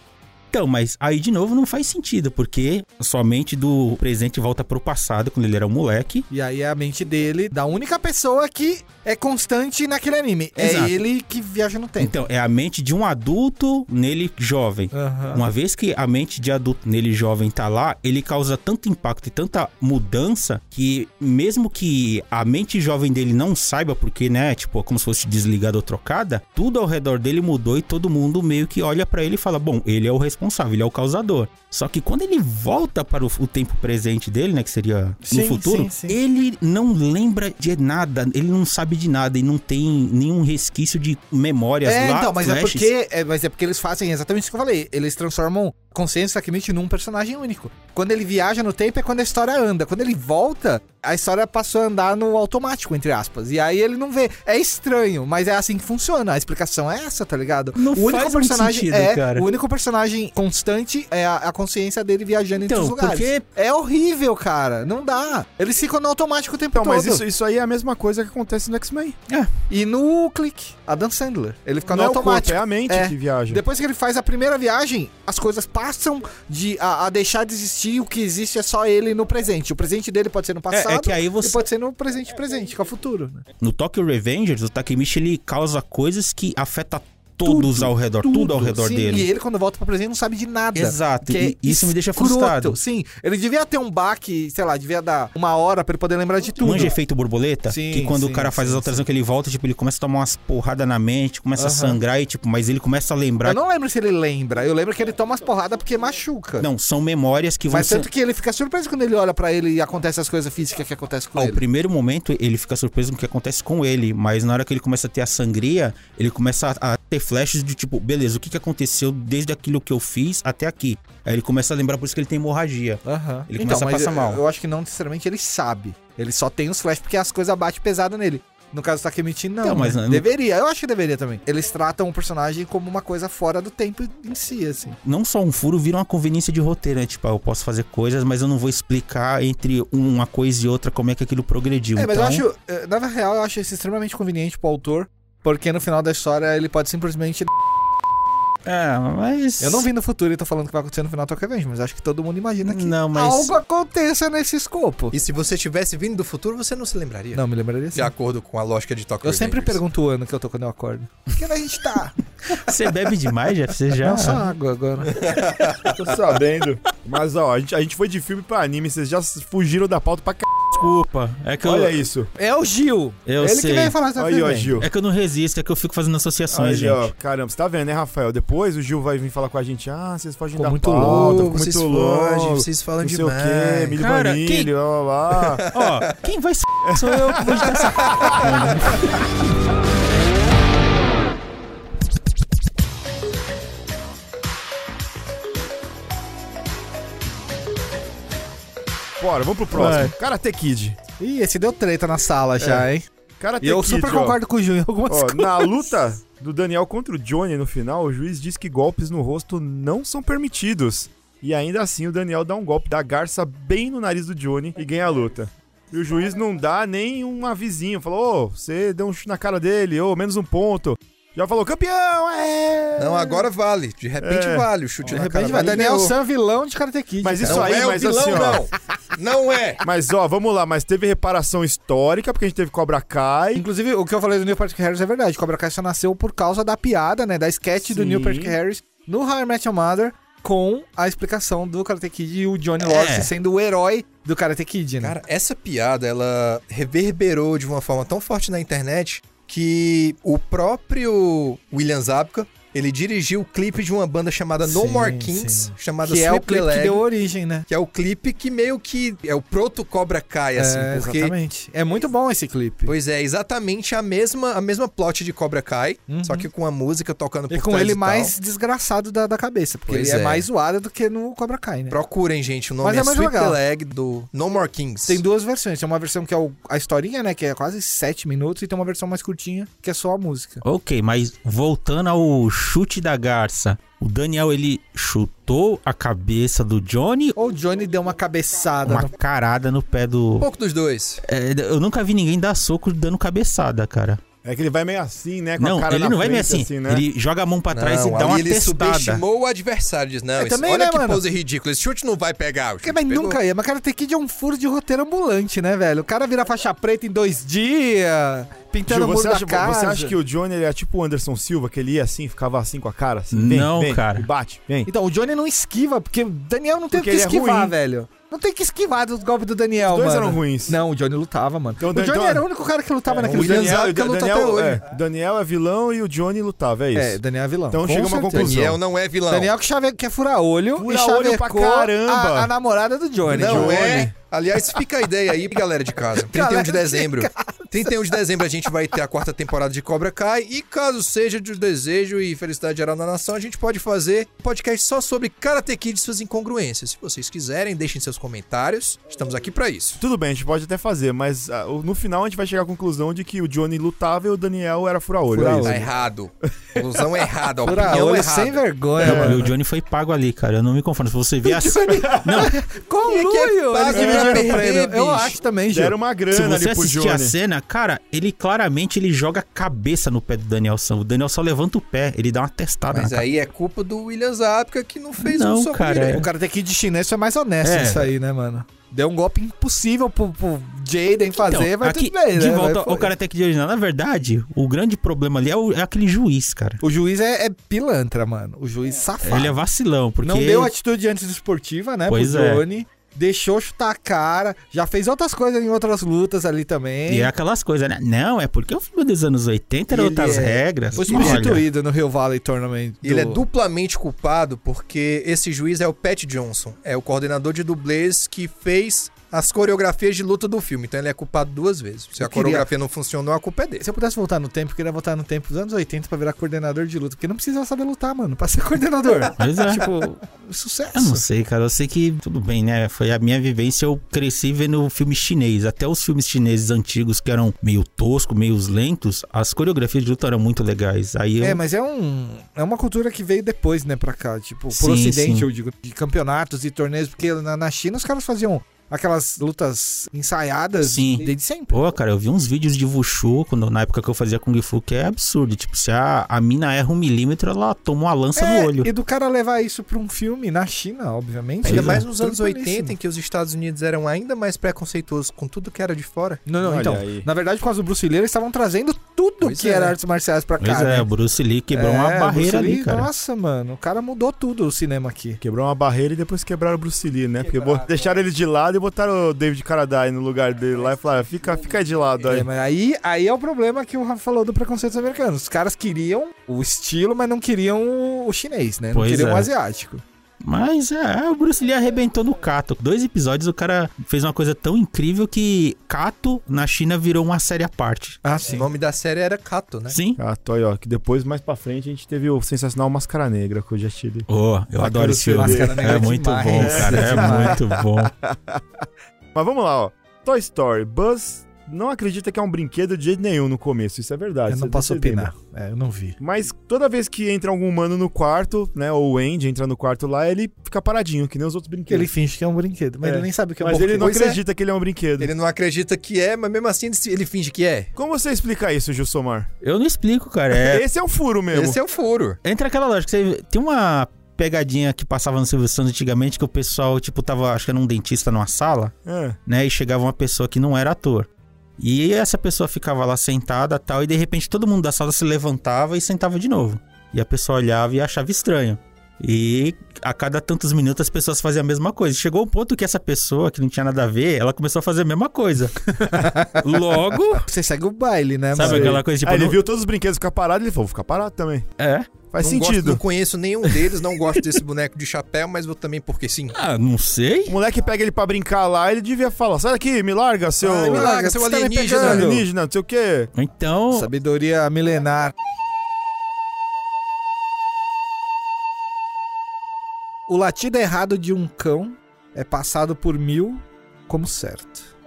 D: Então, mas aí de novo não faz sentido, porque sua mente do presente volta pro passado, quando ele era um moleque.
B: E aí é a mente dele, da única pessoa que é constante naquele anime.
D: Exato.
B: É ele que viaja no tempo.
D: Então, é a mente de um adulto nele jovem.
B: Aham.
D: Então, Uma vez que a mente de adulto nele jovem tá lá, ele causa tanto impacto e tanta mudança que mesmo que a mente jovem dele não saiba porque, né, tipo, é como se fosse desligada ou trocada, tudo ao redor dele mudou e todo mundo meio que olha pra ele e fala: "Bom, ele é o responsável, ele é o causador". Só que quando ele volta para o, o tempo presente dele, né, que seria no
B: Sim,
D: futuro,
B: sim, sim.
D: ele não lembra de nada, ele não sabe de nada e não tem nenhum resquício de memórias
B: É,
D: lá,
B: então, mas é,
D: flashes.
B: porque, é, mas é porque eles fazem exatamente isso que eu falei. Eles transformam consciência Sakimichi num personagem único. Quando ele viaja no tempo é quando a história anda. Quando ele volta, a história passou a andar no automático, entre aspas. E aí ele não vê. É estranho, mas é assim que funciona. A explicação é essa, tá ligado?
D: Não faz muito sentido,
B: é,
D: cara.
B: O único personagem constante é a, a consciência dele viajando entre
D: Então,
B: os lugares.
D: porque-
B: É horrível, cara. Não dá. Eles ficam no automático o tempo
A: Então,
B: todo.
A: mas isso, isso aí é a mesma coisa que acontece no X-Men.
B: E no clique, Adam Sandler. Ele fica
A: Não é
B: no
A: o corpo,
B: automático.
A: é a mente
B: É.
A: que viaja.
B: Depois que ele faz a primeira viagem, as coisas passam de a, a deixar de existir. O que existe é só ele no presente. O presente dele pode ser no passado
D: É, é que aí
B: e
D: você
B: pode ser no presente presente, que é o futuro. Né?
D: No Tokyo Revengers, o Takemichi ele causa coisas que afeta todos ao redor, tudo, ao redor
B: Sim,
D: dele.
B: E ele, quando volta pro presente, não sabe de nada.
D: Exato,
B: Que é
D: e isso me deixa
B: escroto.
D: frustrado.
B: Sim, ele devia ter um baque, sei lá, devia dar uma hora pra ele poder lembrar de tudo.
D: Manja efeito borboleta,
B: Sim,
D: que quando
B: sim,
D: o cara faz
B: sim,
D: as alterações que ele volta, tipo, ele começa a tomar umas porradas na mente, começa a
B: Aham.
D: sangrar e tipo, mas ele começa a lembrar.
B: Eu
D: Não...
B: não lembro se ele lembra. Eu lembro que ele toma as porradas porque machuca.
D: são memórias que vão
B: Mas
D: ser
B: tanto que ele fica surpreso quando ele olha pra ele e acontece as coisas físicas que acontecem com
D: Ao
B: ele.
D: primeiro momento, ele fica surpreso com o que acontece com ele, mas na hora que ele começa a ter a sangria, ele começa a, a ter flashes de tipo, beleza, o que, que aconteceu desde aquilo que eu fiz até aqui? Aí ele começa a lembrar, por isso que ele tem hemorragia.
B: Aham. Então,
D: Ele começa a
B: mas
D: passar
B: eu-
D: mal.
B: Eu, acho que não necessariamente ele sabe. Ele só tem os flash porque as coisas batem pesado nele. No caso do Takemichi, não.
D: Então, mas
B: né?
D: não-
B: Deveria, eu acho que deveria também. Eles tratam o personagem como uma coisa fora do tempo em si, assim.
D: não só um furo, vira uma conveniência de roteiro, né? Tipo, ah, eu posso fazer coisas, mas eu não vou explicar entre uma coisa e outra como é que aquilo progrediu.
B: É, mas
D: então,
B: eu acho. eh, Na real, eu acho isso extremamente conveniente pro autor. Porque no final da história ele pode simplesmente.
D: É, mas...
B: Eu não vi no futuro e tô falando que vai acontecer no final do Tokyo Revenge, mas acho que todo mundo imagina que
D: Não, mas-
B: algo aconteça nesse escopo.
C: E se você tivesse vindo do futuro, você não se lembraria.
B: Não, me lembraria assim.
C: De acordo com a lógica de Tokyo
B: Eu sempre
C: Revengers.
B: pergunto o ano que eu tô quando eu acordo. Que ano a gente tá?
D: Você bebe demais, Jeff? Você já...
B: Não, só água agora.
A: Tô sabendo. Mas, ó, a gente, a gente foi de filme pra anime, vocês já fugiram da pauta pra c...
D: Desculpa. É que eu...
A: Olha isso.
B: É o Gil.
D: Eu
B: Ele
D: sei.
B: que veio falar essa
A: Aí, ó,
B: vez.
A: Gil.
D: É que eu não resisto, é que eu fico fazendo associações,
A: Aí,
D: gente.
A: ó, caramba, você tá vendo, né, Rafael? Depois o Gil vai vir falar com a gente. Ah, vocês fogem
B: Ficou
A: da
B: muito
A: pauta,
C: Louco,
A: ficou
C: vocês
A: muito
C: fogem,
A: louco.
C: vocês falam
A: Não sei o
C: demais.
A: quê, milho
D: Cara,
A: baunilho, blá, blá, blá.
D: Ó, quem vai se... Sou eu que vou editar essa... porra, né?
A: Bora, vamos pro próximo.
D: Vai.
A: Karate Kid.
B: Ih, esse deu treta na sala já, hein?
A: Karate
B: É. E eu
A: Kid,
B: super
A: ó.
B: concordo com o Gil em algumas
A: Ó,
B: coisas.
A: na luta do Daniel contra o Johnny no final, o juiz diz que golpes no rosto não são permitidos. E ainda assim o Daniel dá um golpe da garça bem no nariz do Johnny e ganha a luta. E o juiz não dá nem um avisinho. Falou, ô, você deu um chute na cara dele, ô, menos um ponto. Já falou, campeão, é!
C: Não, agora vale. De repente
A: É.
C: vale. O chute
B: De
C: na
B: repente
C: cara
B: vai.
C: dele
B: Daniel
C: ganhou.
B: San, vilão de Karate Kid.
A: Mas
B: cara.
A: isso
C: Não
A: aí,
C: é
A: mas
C: o vilão,
A: assim, ó.
C: não. Não é.
A: Mas ó, vamos lá, mas teve reparação histórica, porque a gente teve Cobra Kai.
B: Inclusive, o que eu falei do Neil Patrick Harris é verdade. Cobra Kai só nasceu por causa da piada, né? Da sketch do
A: Sim.
B: Neil Patrick Harris no How I Met Your Mother com a explicação do Karate Kid e o Johnny
D: É.
B: Lawrence sendo o herói do Karate Kid, né?
C: Cara, essa piada, ela reverberou de uma forma tão forte na internet que o próprio William Zabka Ele dirigiu o clipe de uma banda chamada No
A: Sim,
C: More Kings,
A: sim.
C: chamada
B: Que é o
C: Sweet
B: clipe que
C: Leg,
B: deu origem, né?
C: que é o clipe que meio que é o proto Cobra Kai, assim,
B: é,
C: porque...
B: Exatamente. É muito bom esse clipe.
C: Pois é, exatamente a mesma, a mesma plot de Cobra Kai,
B: Uhum.
C: só que com a música tocando por
B: E com
C: trás
B: ele
C: tal.
B: mais desgraçado da, da cabeça, porque
C: Pois
B: ele é.
C: é.
B: mais zoado do que no Cobra Kai, né?
C: Procurem, gente, o nome
B: Mas é
C: é,
B: mais
C: Sweet
B: legal.
C: Leg do No More Kings. Um
B: Tem duas versões. Tem uma versão que é o- a historinha, né? Que é quase sete minutos, e tem uma versão mais curtinha, que é só a música.
D: Ok, mas voltando ao chute da garça, o Daniel ele chutou a cabeça do Johnny
B: Ou o Johnny deu uma cabeçada.
D: uma
B: no-
D: carada no pé
C: Um
D: do.
C: pouco dos dois.
D: É, eu nunca vi ninguém dar soco dando cabeçada, cara.
A: É que ele vai meio assim, né? Com a
D: Não,
A: cara
D: ele
A: na
D: não vai meio
A: frente,
D: assim.
A: né?
D: Ele joga a mão pra trás
C: Não,
D: e dá
C: ali
D: uma
C: ele
D: testada.
C: subestimou o adversário, diz, não,
B: Tá. É,
C: isso,
B: também,
C: olha
B: né,
C: que
B: mano?
C: pose ridícula, esse chute não vai pegar. o
B: Porque,
C: chute
B: mas
C: pegou.
B: nunca ia. Mas Karate Kid é um furo de roteiro ambulante, né, velho? O cara vira faixa preta em dois dias, pintando
A: Gil,
B: o muro
A: você,
B: da
A: acha,
B: casa.
A: você acha que o Johnny ele é tipo o Anderson Silva, que ele ia assim, ficava assim com a cara? Assim, vem,
D: Não,
A: vem,
D: cara.
A: e Bate, vem.
B: Então, o Johnny não esquiva, porque o Daniel não teve
A: Porque
B: que
A: ele é
B: esquivar,
A: ruim.
B: velho. Não tem que esquivar dos golpes do Daniel,
A: Os dois
B: mano.
A: eram ruins.
B: Não, o Johnny lutava, mano.
A: Então,
B: o
A: Dan-
B: Johnny
A: então-
B: era o único cara que lutava naquele
A: O
B: filme.
A: Daniel,
B: Zanzaca
A: o
B: luta
A: Daniel,
B: até hoje.
A: é, Daniel é vilão e o Johnny lutava, é isso.
B: É, Daniel é vilão.
A: Então
B: Com
A: chega uma
B: certeza.
A: conclusão.
C: Daniel não é vilão.
B: Daniel que, chave... que é fura-olho e
A: Fura-olho pra
B: chavecou
A: caramba.
B: a, a namorada do Johnny.
C: Não
B: Johnny.
C: é. Aliás, fica a ideia aí, galera de casa. 31
B: Galera
C: de
B: de
C: dezembro. 31 de dezembro a gente vai ter a quarta temporada de Cobra Kai. E caso seja de desejo e felicidade geral na nação, a gente pode fazer um podcast só sobre Karate Kid e suas incongruências. Se vocês quiserem, deixem seus comentários. Estamos aqui pra isso.
A: Tudo bem, a gente pode até fazer, mas ah, o- no final a gente vai chegar à conclusão de que o Johnny lutava e o Daniel era fura-olho. é
B: Fura-olho.
A: isso.
C: Tá errado. Ilusão errada, opinião
B: Fura-olho sem
C: errada.
B: vergonha,
D: Não, e
B: mano. tipo assim,
D: o Johnny foi pago ali, cara. Eu não me conformo. Se você vê a cena. Não,
B: Conluio!
C: Que que é pago
B: esse
A: pra
B: era o
C: perder,
B: prêmio. Eu
C: bicho?
B: acho também, Gil.
A: Deram uma
D: se
A: grana
D: você
A: ali pro
D: assistir a
A: Johnny.
D: cena, cara, ele claramente ele joga a cabeça no pé do Daniel Sam. O Daniel só levanta o pé, ele dá uma testada
C: Mas
D: na
C: aí é culpa do William Zabka que não fez
D: Não,
C: um soco
D: cara,
C: direito.
B: O cara tem que ir de chinês foi mais honesto
D: É.
B: isso aí, né, mano? Deu um golpe impossível pro, pro Jaden fazer,
D: Então,
B: mas
D: aqui,
B: tudo bem,
D: de
B: né?
D: volta
B: Mas foi.
D: ao Karate Kid original. Na verdade, o grande problema ali é, o- é aquele juiz, cara.
B: O juiz é, é pilantra, mano. O juiz safado.
D: Ele é vacilão, porque... é
B: Não deu atitude antidesportiva, né,
D: Pois
B: pro
D: é.
B: Johnny. Deixou chutar a cara. Já fez outras coisas em outras lutas ali também.
D: E é aquelas coisas, né? Não, é porque o filme dos anos 80 era
B: Ele
D: outras
B: é-
D: regras.
B: Foi
D: Olha,
B: substituído no Rio Valley Tournament.
C: E Ele é duplamente culpado porque esse juiz é o Pat Johnson, é o coordenador de dublês que fez as coreografias de luta do filme. Então ele é culpado duas vezes. Se
B: Eu
C: a
B: queria-
C: coreografia não funcionou, a culpa é dele.
B: Se eu pudesse voltar no tempo, eu queria voltar no tempo dos anos 80 pra virar coordenador de luta. Porque não precisa saber lutar, mano, pra ser coordenador.
D: Pois é.
B: tipo,
D: Eu não
B: sucesso.
D: sei, cara. Eu sei que tudo bem, né? Foi a minha vivência. Eu cresci vendo filme chinês. Até os filmes chineses antigos, que eram meio tosco, meio lentos, as coreografias de luta eram muito legais. Aí eu.
B: É, mas é um. É uma cultura que veio depois, né, pra cá. Tipo,
D: Sim,
B: pro ocidente,
D: sim.
B: eu digo, de campeonatos e torneios, porque na, na China os caras faziam aquelas lutas ensaiadas
D: Sim.
B: desde sempre.
D: Pô, cara, eu vi uns vídeos de Wushu quando, na época que eu fazia Kung Fu, que é absurdo. Tipo, se a, a mina erra um milímetro, ela toma uma lança
B: É,
D: no olho.
B: E do cara levar isso pra um filme na China, obviamente. né?
D: Pois
C: Ainda
D: é.
C: mais nos anos 80, em
B: Tranquilíssimo.
C: que os Estados Unidos eram ainda mais preconceituosos com tudo que era de fora.
B: Não, não,
A: Olha
B: então.
A: aí.
B: Na verdade, por causa do Bruce Lee, eles estavam trazendo tudo
C: Pois
B: que
C: é.
B: era artes marciais pra cá.
D: Pois
B: né?
D: é, o Bruce Lee quebrou
B: É,
D: uma
B: o
D: barreira
B: Bruce
D: ali,
B: Lee,
D: cara.
B: Nossa, mano, o cara mudou tudo o cinema aqui.
A: Quebrou uma barreira e depois quebraram o Bruce Lee, né? Porque bo- deixaram ele de lado e botaram o David Carradine no lugar dele lá e falaram, fica, fica aí de lado
B: É,
A: aí.
B: mas aí, aí é o problema que o Rafa falou do preconceito dos americanos. Os caras queriam o estilo, mas não queriam o chinês, né?
D: Pois
B: não queriam
D: é.
B: o asiático.
D: Mas é, o Bruce Lee arrebentou no Cato. Dois episódios, o cara fez uma coisa tão incrível que Cato na China virou uma série à parte.
B: Ah,
C: O
B: sim.
C: nome da série era Kato, né?
D: Sim.
A: Ah, tô aí, ó. Que depois, mais pra frente, a gente teve o sensacional Máscara Negra com o Jet Li.
D: Oh, eu
A: Bacana
D: adoro esse
A: o seu
D: filme.
B: Máscara Negra
D: É muito
B: demais.
D: bom, cara. É muito bom.
A: Mas vamos lá, ó. Toy Story. Buzz não acredita que é um brinquedo de jeito nenhum no começo. Isso é verdade.
B: Eu
A: isso
B: não
A: é
B: posso
A: verdadeiro.
B: opinar. É, eu não vi.
A: Mas toda vez que entra algum humano no quarto, né? Ou o Andy entra no quarto lá, ele fica paradinho, que nem os outros
B: Porque ele
A: brinquedos.
B: finge que é um brinquedo, mas
A: É.
B: ele nem sabe o que é um
A: Mas ele não
B: brinquedo.
C: Pois é.
A: acredita que ele é um brinquedo.
C: Ele não acredita que é, mas mesmo assim ele se- ele finge que é.
A: Como você explica isso, Jussomar?
D: Eu não explico, cara. É,
A: Esse é um furo mesmo.
C: Esse é o furo.
D: entra aquela lógica. Você, tem uma pegadinha que passava no Silvio Santos antigamente que o pessoal, tipo, tava, acho que era um dentista numa sala,
A: É.
D: né? E chegava uma pessoa que não era ator. E essa pessoa ficava lá sentada tal, e de repente todo mundo da sala se levantava e sentava de novo. E a pessoa olhava e achava estranho. E a cada tantos minutos as pessoas faziam a mesma coisa. Chegou o ponto que essa pessoa, que não tinha nada a ver, ela começou a fazer a mesma coisa. Logo,
B: Você segue o né, baile, né,
D: sabe
B: mano?
D: aquela coisa tipo.
A: Aí ele
D: não-
A: viu todos os brinquedos ficar parados, ele falou, vou ficar parado também.
D: É.
A: Faz
C: não gosto-
A: sentido.
C: não conheço nenhum deles, não gosto desse boneco de chapéu, mas vou também porque sim.
D: Ah, não sei.
A: O moleque pega ele pra brincar lá, ele devia falar: sai daqui, me larga, seu.
C: Ai, me larga, seu
A: Você tá me
C: alienígena.
A: pegando, alienígena, não sei o quê.
D: Então,
B: Sabedoria milenar. O latido errado de um cão é passado por mil como certo.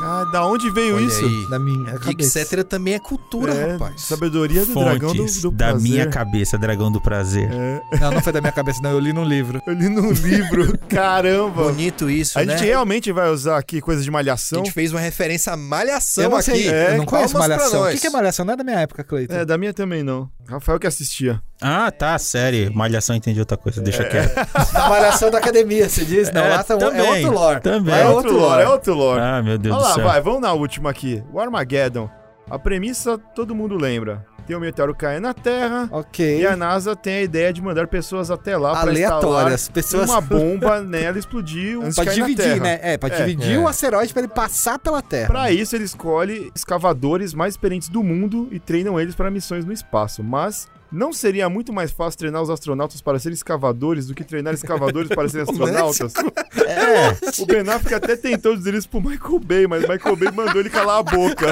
A: Cara, da onde veio
C: Olha
A: isso?
C: aí.
B: Na minha
C: E
B: cabeça.
C: etc. também é cultura,
A: É,
C: rapaz.
A: Sabedoria do dragão do,
D: fontes
A: do
D: da
A: prazer.
D: minha cabeça, dragão do prazer.
A: É,
B: Não, não foi da minha cabeça, não. Eu li num livro.
A: eu li num livro. Caramba.
C: Bonito isso,
A: A
C: né?
A: gente é realmente vai usar aqui coisa de
C: A
A: malhação.
C: gente fez uma referência a malhação
B: eu não
C: aqui.
B: sei,
A: é,
B: eu não conheço
C: palmas pra
B: Malhação. O
C: nós.
B: que que é Malhação? Não é da minha época, Cleiton.
A: É, da minha também não. Rafael que assistia.
D: Ah, tá, sério. Malhação, entendi outra coisa,
A: É.
D: deixa quieto.
B: Da Malhação da academia, você diz? Não,
D: É,
B: lá tá, é
D: também,
B: outro lore.
D: também.
B: Lá
A: É
B: É
A: outro lore, é outro lore.
D: Ah, meu Deus
A: Olha lá,
D: do céu.
A: vai, vamos na última aqui. O Armageddon. A premissa todo mundo lembra. Tem um meteoro caindo na Terra
B: Ok.
A: e a NASA tem a ideia de mandar pessoas até lá pra instalar
B: Aleatórias. Pessoas...
A: uma bomba nela e explodir antes de
B: Pra
A: cair na
B: dividir,
A: Terra.
B: né? É, pra
A: É.
B: dividir
C: É.
B: o asteroide pra ele passar pela Terra.
A: Pra isso, ele escolhe escavadores mais experientes do mundo e treinam eles para missões no espaço. Mas não seria muito mais fácil treinar os astronautas para serem escavadores do que treinar escavadores para serem astronautas?
B: É.
A: O Ben Affleck até tentou dizer isso pro Michael Bay, mas Michael Bay mandou ele calar a boca.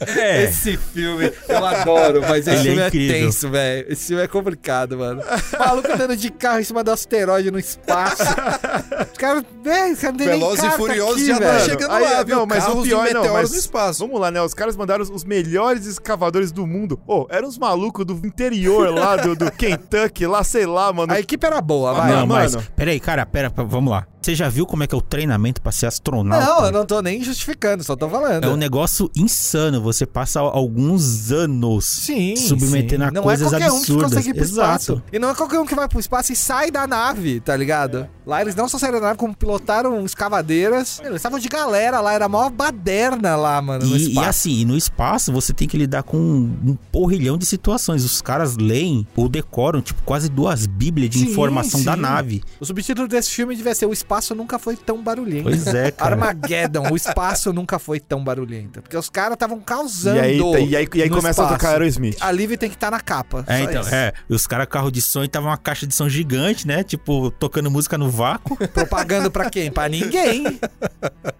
D: É.
B: Esse filme eu adoro, mas esse
D: Ele é
B: filme é,
D: incrível.
B: tenso, velho. Esse filme é complicado, mano. O Maluco andando de carro em cima do asteroide no espaço. Os caras, né? Os caras não tem nem
C: Velozes e
B: carta
C: Furiosos
B: aqui,
C: já tá
B: velho.
C: chegando
A: Aí,
C: lá, viu?
A: não, mas o
C: Carros e
A: pior é não,
C: meteoros
A: mas-
C: no espaço.
A: Vamos lá, né? Os caras mandaram os melhores escavadores do mundo. Ô, eram os malucos do interior lá, do, do Kentucky, lá, sei lá, mano.
B: A equipe era boa, vai.
D: Ah, não,
A: mano.
D: mas. Peraí, cara, pera, pera, vamos lá. Você já viu como é que é o treinamento pra ser astronauta?
B: Não, eu não tô nem justificando, só tô falando.
D: É um negócio insano. Você passa alguns anos
B: Sim.
D: submetendo a
B: sim. não
D: coisas
B: é qualquer um que
D: absurdas.
B: consegue ir pro espaço.
D: Exato.
B: E não é qualquer um que vai pro espaço e sai da nave, tá ligado? Lá eles não só saíram da nave, como pilotaram escavadeiras. Eles estavam de galera lá, era a maior baderna lá, mano, no
D: E, e
B: espaço.
D: assim, e no espaço você tem que lidar com um porrilhão de situações. Os caras leem ou decoram, tipo, quase duas bíblias de
B: Sim,
D: informação da
B: sim.
D: nave.
B: O subtítulo desse filme devia ser O Espaço Nunca Foi Tão Barulhento.
D: Pois é, cara.
B: Armageddon, o espaço nunca foi tão barulhento. Porque os caras estavam causando.
A: e aí, e aí, e aí
B: no
A: começa a
B: espaço.
A: tocar Aerosmith.
B: A Liv tem que estar na capa.
D: É,
B: só
D: então,
B: isso.
D: é. E os caras carro de som e tava uma caixa de som gigante, né? Tipo, tocando música no vácuo.
B: Propagando pra quem? Pra ninguém.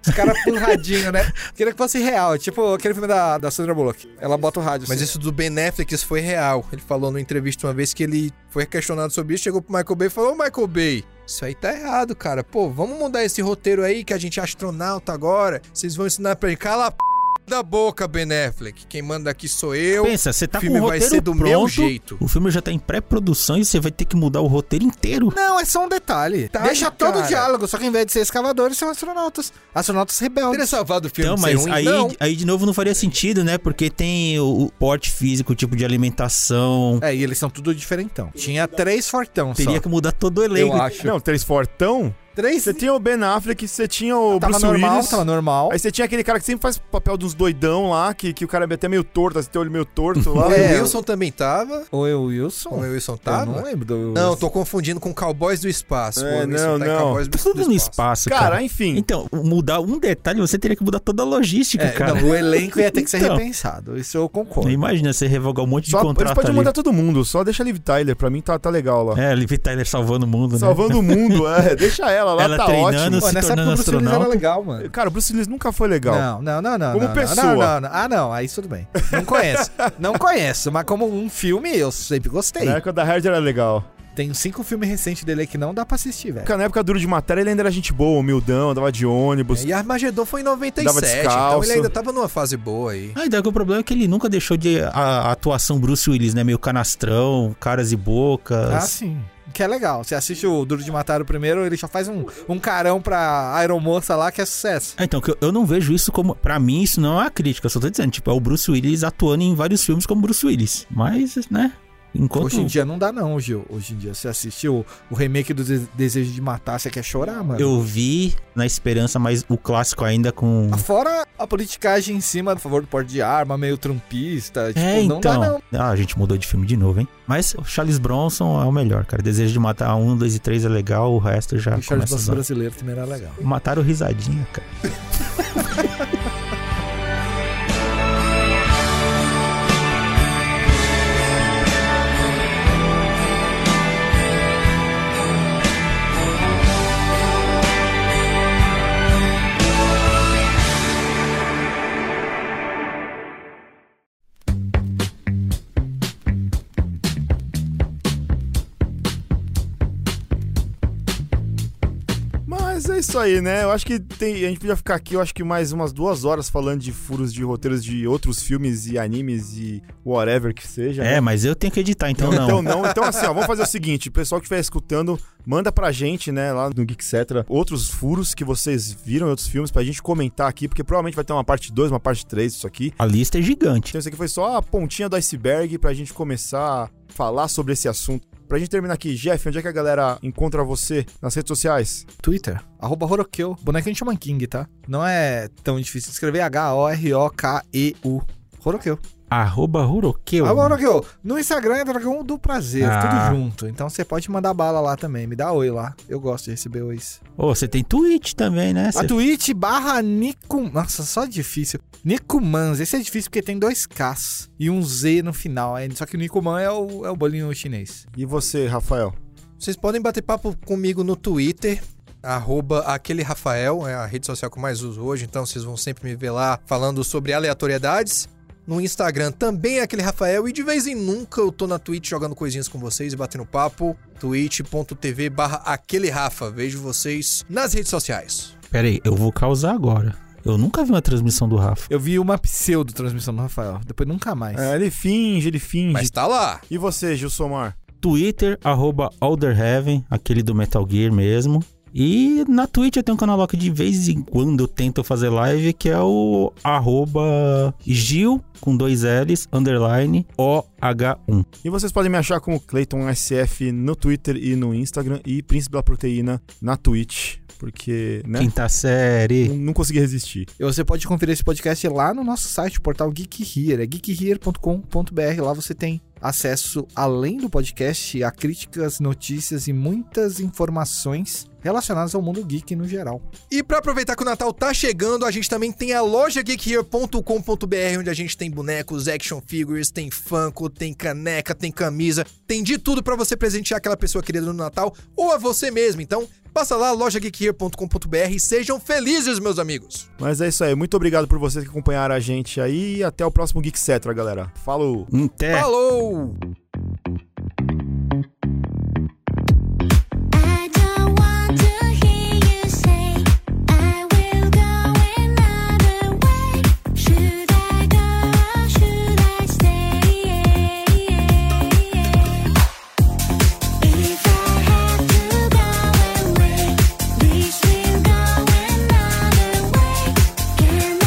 B: Os caras com radinho, né? Queria que fosse real. Tipo aquele filme da, da Sandra Bullock. Ela bota o rádio.
C: Mas
B: assim.
C: isso do Ben Affleck, isso foi real. Ele falou numa entrevista uma vez que ele foi questionado sobre isso, chegou pro Michael Bay e falou, ô Michael Bay, isso aí tá errado, cara. Pô, vamos mudar esse roteiro aí que a gente é astronauta agora. Vocês vão ensinar pra ele. Cala a p... da boca, Ben Affleck. Quem manda aqui sou eu.
D: Pensa, você tá
C: o
D: com o
C: filme vai
D: roteiro
C: ser do
D: pronto,
C: meu jeito.
D: o filme já tá em pré-produção e você vai ter que mudar o roteiro inteiro.
B: Não, é só um detalhe.
C: Tá,
B: Deixa todo o
C: cara.
B: diálogo, só que em vez de ser escavadores, são astronautas. Astronautas
C: Teria
B: rebeldes.
C: salvado o filme
D: Então,
C: de ser
D: mas
C: ruim?
D: aí,
C: Não.
D: aí de novo não faria sentido, né? Porque tem o, o porte físico, o tipo de alimentação.
B: É, e eles são tudo diferentão. Tinha três fortão
D: Teria
B: É, só.
D: que mudar todo o elenco.
B: Eu acho.
A: Não, três fortão.
B: Três
A: Você tinha o Ben Affleck, você tinha o
B: Tava
A: Bruce
B: normal,
A: Willis.
B: tava normal.
A: Aí você tinha aquele cara que sempre faz papel dos doidão lá, que, que o cara é até meio torto, assim, tem o olho meio torto
C: O
A: lá.
B: É.
C: Wilson também tava.
B: Ou eu
C: O
B: Wilson?
C: Wilson
B: Eu Tá,
C: tava.
B: não lembro do Wilson.
C: Não, tô confundindo com Cowboys do Espaço.
A: É,
C: O Wilson
A: não,
C: tá em
A: não.
C: Cowboys do-
D: Tudo
C: do
D: no espaço, cara.
A: Cara, enfim.
D: Então, mudar um detalhe, você teria que mudar toda a logística,
B: É,
D: cara.
B: não, o elenco ia ter que ser
D: Então.
B: repensado. Isso eu concordo.
D: Imagina você revogar um monte de
A: Só, eles
D: contrato
A: podem
D: ali.
A: mandar todo mundo, só deixa a Liv Tyler, pra mim tá, tá legal lá.
D: É, Liv Tyler salvando o mundo, né?
A: Salvando o mundo, é, deixa ela lá,
D: Ela
A: tá
D: treinando,
A: ótimo.
D: se tornando astronauta.
B: legal, mano.
A: Cara, o Bruce Willis nunca foi legal.
B: Não, não, não, não.
A: Como
B: não,
A: pessoa.
B: Não, não, não. Ah, não, aí tudo bem. Não conheço. não conheço, mas como um filme, eu sempre gostei.
A: Na época da Herd era legal.
B: Tem cinco filmes recentes dele aí que não dá pra assistir, velho.
A: Porque na época duro de matéria ele ainda era gente boa, humildão, andava de ônibus.
C: É, E Armagedon foi em 97,
A: Dava
C: então
A: descalço.
C: ele ainda tava numa fase boa aí.
D: Ah, então o problema é que ele nunca deixou de a, a atuação Bruce Willis, né? Meio canastrão, caras e
B: Ah,
D: bocas.
B: sim. Que é legal. Você assiste o Duro de Matar o primeiro, ele já faz um, um carão pra aeromoça lá que é sucesso.
D: Ah, então, que eu, eu não vejo isso como. Pra mim, isso não é uma crítica. Eu só tô dizendo, tipo, é o Bruce Willis atuando em vários filmes como Bruce Willis. Mas, né? Enquanto.
B: Hoje em dia não dá, não, Gil. Hoje em dia, você assistiu o remake do Des- Desejo de Matar, você quer chorar, mano.
D: Eu vi na esperança, mas o clássico ainda com.
B: Fora a politicagem em cima a favor do porte de arma, meio trumpista. Tipo,
D: É,
B: não dá, não.
D: então. Ah, a gente mudou de filme de novo, hein? Mas o Charles Bronson é o melhor, cara. Desejo de matar um, dois e três é legal, o resto já.
B: O Charles
D: começa a
B: Bronson
D: zoar.
B: brasileiro também era legal.
D: Mataram risadinha, cara.
A: é isso aí, né? Eu acho que tem- a gente podia ficar aqui, eu acho que mais umas duas horas falando de furos de roteiros de outros filmes e animes e whatever que seja. né?
D: É, mas eu tenho que editar, então não.
A: Então não, então assim, ó, vamos fazer o seguinte, o pessoal que estiver escutando, manda pra gente, né, lá no Geek Cetra, outros furos que vocês viram em outros filmes pra gente comentar aqui, porque provavelmente vai ter uma parte 2, uma parte 3 disso aqui.
D: A lista é gigante.
A: Então isso aqui foi só a pontinha do iceberg pra gente começar a falar sobre esse assunto. Pra gente terminar aqui, Jeff, onde é que a galera encontra você nas redes sociais?
B: Twitter, arroba Horokeu. Bonequinho chama King, tá? Não é tão difícil de escrever. H-O-R-O-K-E-U. Horokeu.
D: Arroba Hurokeu.
B: Arroba Horokeu. No Instagram é Dragão do Prazer,
D: Ah.
B: tudo junto. Então você pode mandar bala lá também. Me dá oi lá. Eu gosto de receber ois.
D: Ô, você tem Twitch também, né?
B: A
D: Cê-
B: Twitch barra Nico... Nossa, só difícil. Nicomans. Esse é difícil porque tem dois Ks e um Z no final. É, Só que o Nicoman é o, é o bolinho chinês.
A: E você, Rafael?
C: Vocês podem bater papo comigo no Twitter. Arroba aquele Rafael, é a rede social que eu mais uso hoje, então vocês vão sempre me ver lá falando sobre aleatoriedades. No Instagram também é aquele Rafael, e de vez em nunca eu tô na Twitch jogando coisinhas com vocês e batendo papo. twitch.tv barra aquele Rafa. Vejo vocês nas redes sociais.
D: Pera aí, eu vou causar agora. Eu nunca vi uma transmissão do Rafa.
B: Eu vi uma pseudo-transmissão do Rafael. Depois nunca mais.
A: É, ele finge, ele finge.
C: Mas tá lá!
A: E você, Gilsomar?
D: Twitter, arroba Alderheaven, aquele do Metal Gear mesmo. E na Twitch eu tenho um canal lá que de vez em quando eu tento fazer live, que é o arroba Gil, com dois L's, underline, OH1.
A: E vocês podem me achar como Clayton SF no Twitter e no Instagram e Príncipe da Proteína na Twitch, porque, né?
D: Quinta série.
A: Não, não consegui resistir.
B: E você pode conferir esse podcast lá no nosso site, o portal Geek Here, é geekhere.com.br. Lá você tem acesso, além do podcast, a críticas, notícias e muitas informações relacionadas ao mundo geek no geral.
C: E pra aproveitar que o Natal tá chegando, a gente também tem a loja geekhere.com.br, onde a gente tem bonecos, action figures, tem Funko, tem caneca, tem camisa, tem de tudo pra você presentear aquela pessoa querida no Natal ou a você mesmo. Então, passa lá loja geekhere.com.br e sejam felizes, meus amigos.
A: Mas é isso aí. Muito obrigado por vocês que acompanharam a gente aí e até o próximo Geek Cetra, galera. Falou!
D: Inter.
C: Falou!
E: I don't want to hear you say I will go another way. Should I go or should I stay? If I have to go away, this will go another way. Cannot let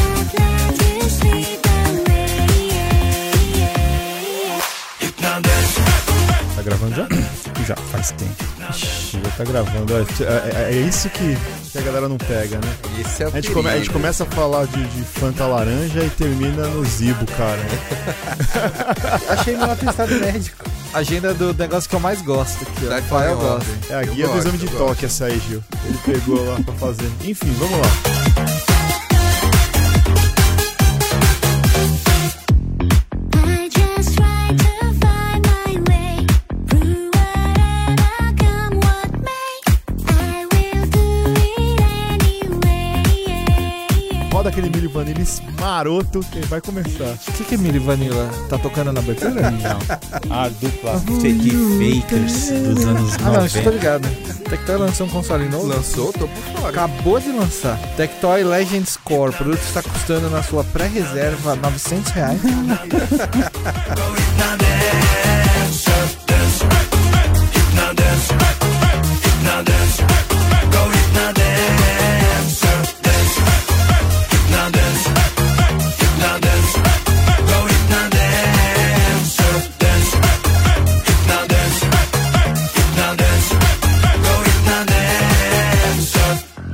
E: you slip away.
A: Tá gravando já?
D: Já faz tempo.
A: Ixi, já tá gravando. Olha, É, é- é isso que, que a galera não pega, né?
C: Esse é o
A: A gente, come- a gente começa a falar de, de Fanta Laranja e termina no Zibo, cara.
B: Achei meu atestado médico. Agenda do negócio que eu mais gosto, que o Rafael gosta.
A: É a guia do exame de toque essa aí, Gil. Ele pegou lá pra fazer. Enfim, vamos lá.
E: I just try to find my way through whatever come what may. I will do it anyway.
A: Roda aquele milho vanilla maroto que vai começar.
B: O que, que é Miri Vanilla? Tá tocando na abertura? Não.
D: A dupla fake fakers dos anos
B: Ah, não, isso eu tô
D: 90.
B: ligado. Tectoy lançou um console novo.
C: Lançou, tô por fora.
B: Acabou de lançar. Tectoy Legends Core. O produto está custando na sua pré-reserva R$ 900 reais.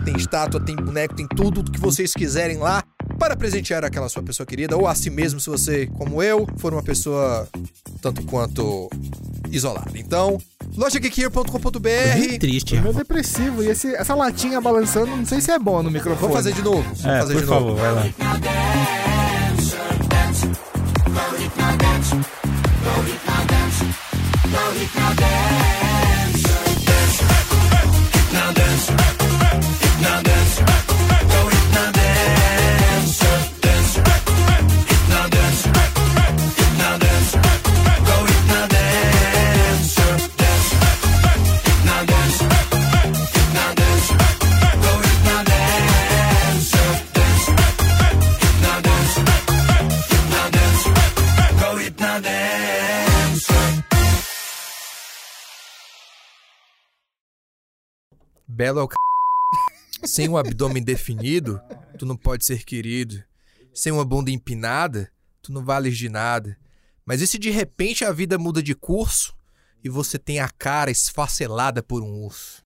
C: Tem estátua, tem boneco, tem tudo que vocês quiserem lá para presentear aquela sua pessoa querida ou a si mesmo se você, como eu, for uma pessoa tanto quanto isolada. Então,
D: Bem
C: lojageekier.com.br.
D: triste,
B: Meu
D: Rafa.
B: depressivo. E esse- essa latinha balançando, não sei se é bom no microfone.
C: Vamos fazer de novo.
D: É,
C: Vamos fazer
D: por
C: de
D: favor,
C: novo.
D: vai lá.
E: Go
C: Belo é o c... Sem um abdômen definido, tu não pode ser querido. Sem uma bunda empinada, tu não vales de nada. Mas e se de repente a vida muda de curso e você tem a cara esfacelada por um urso?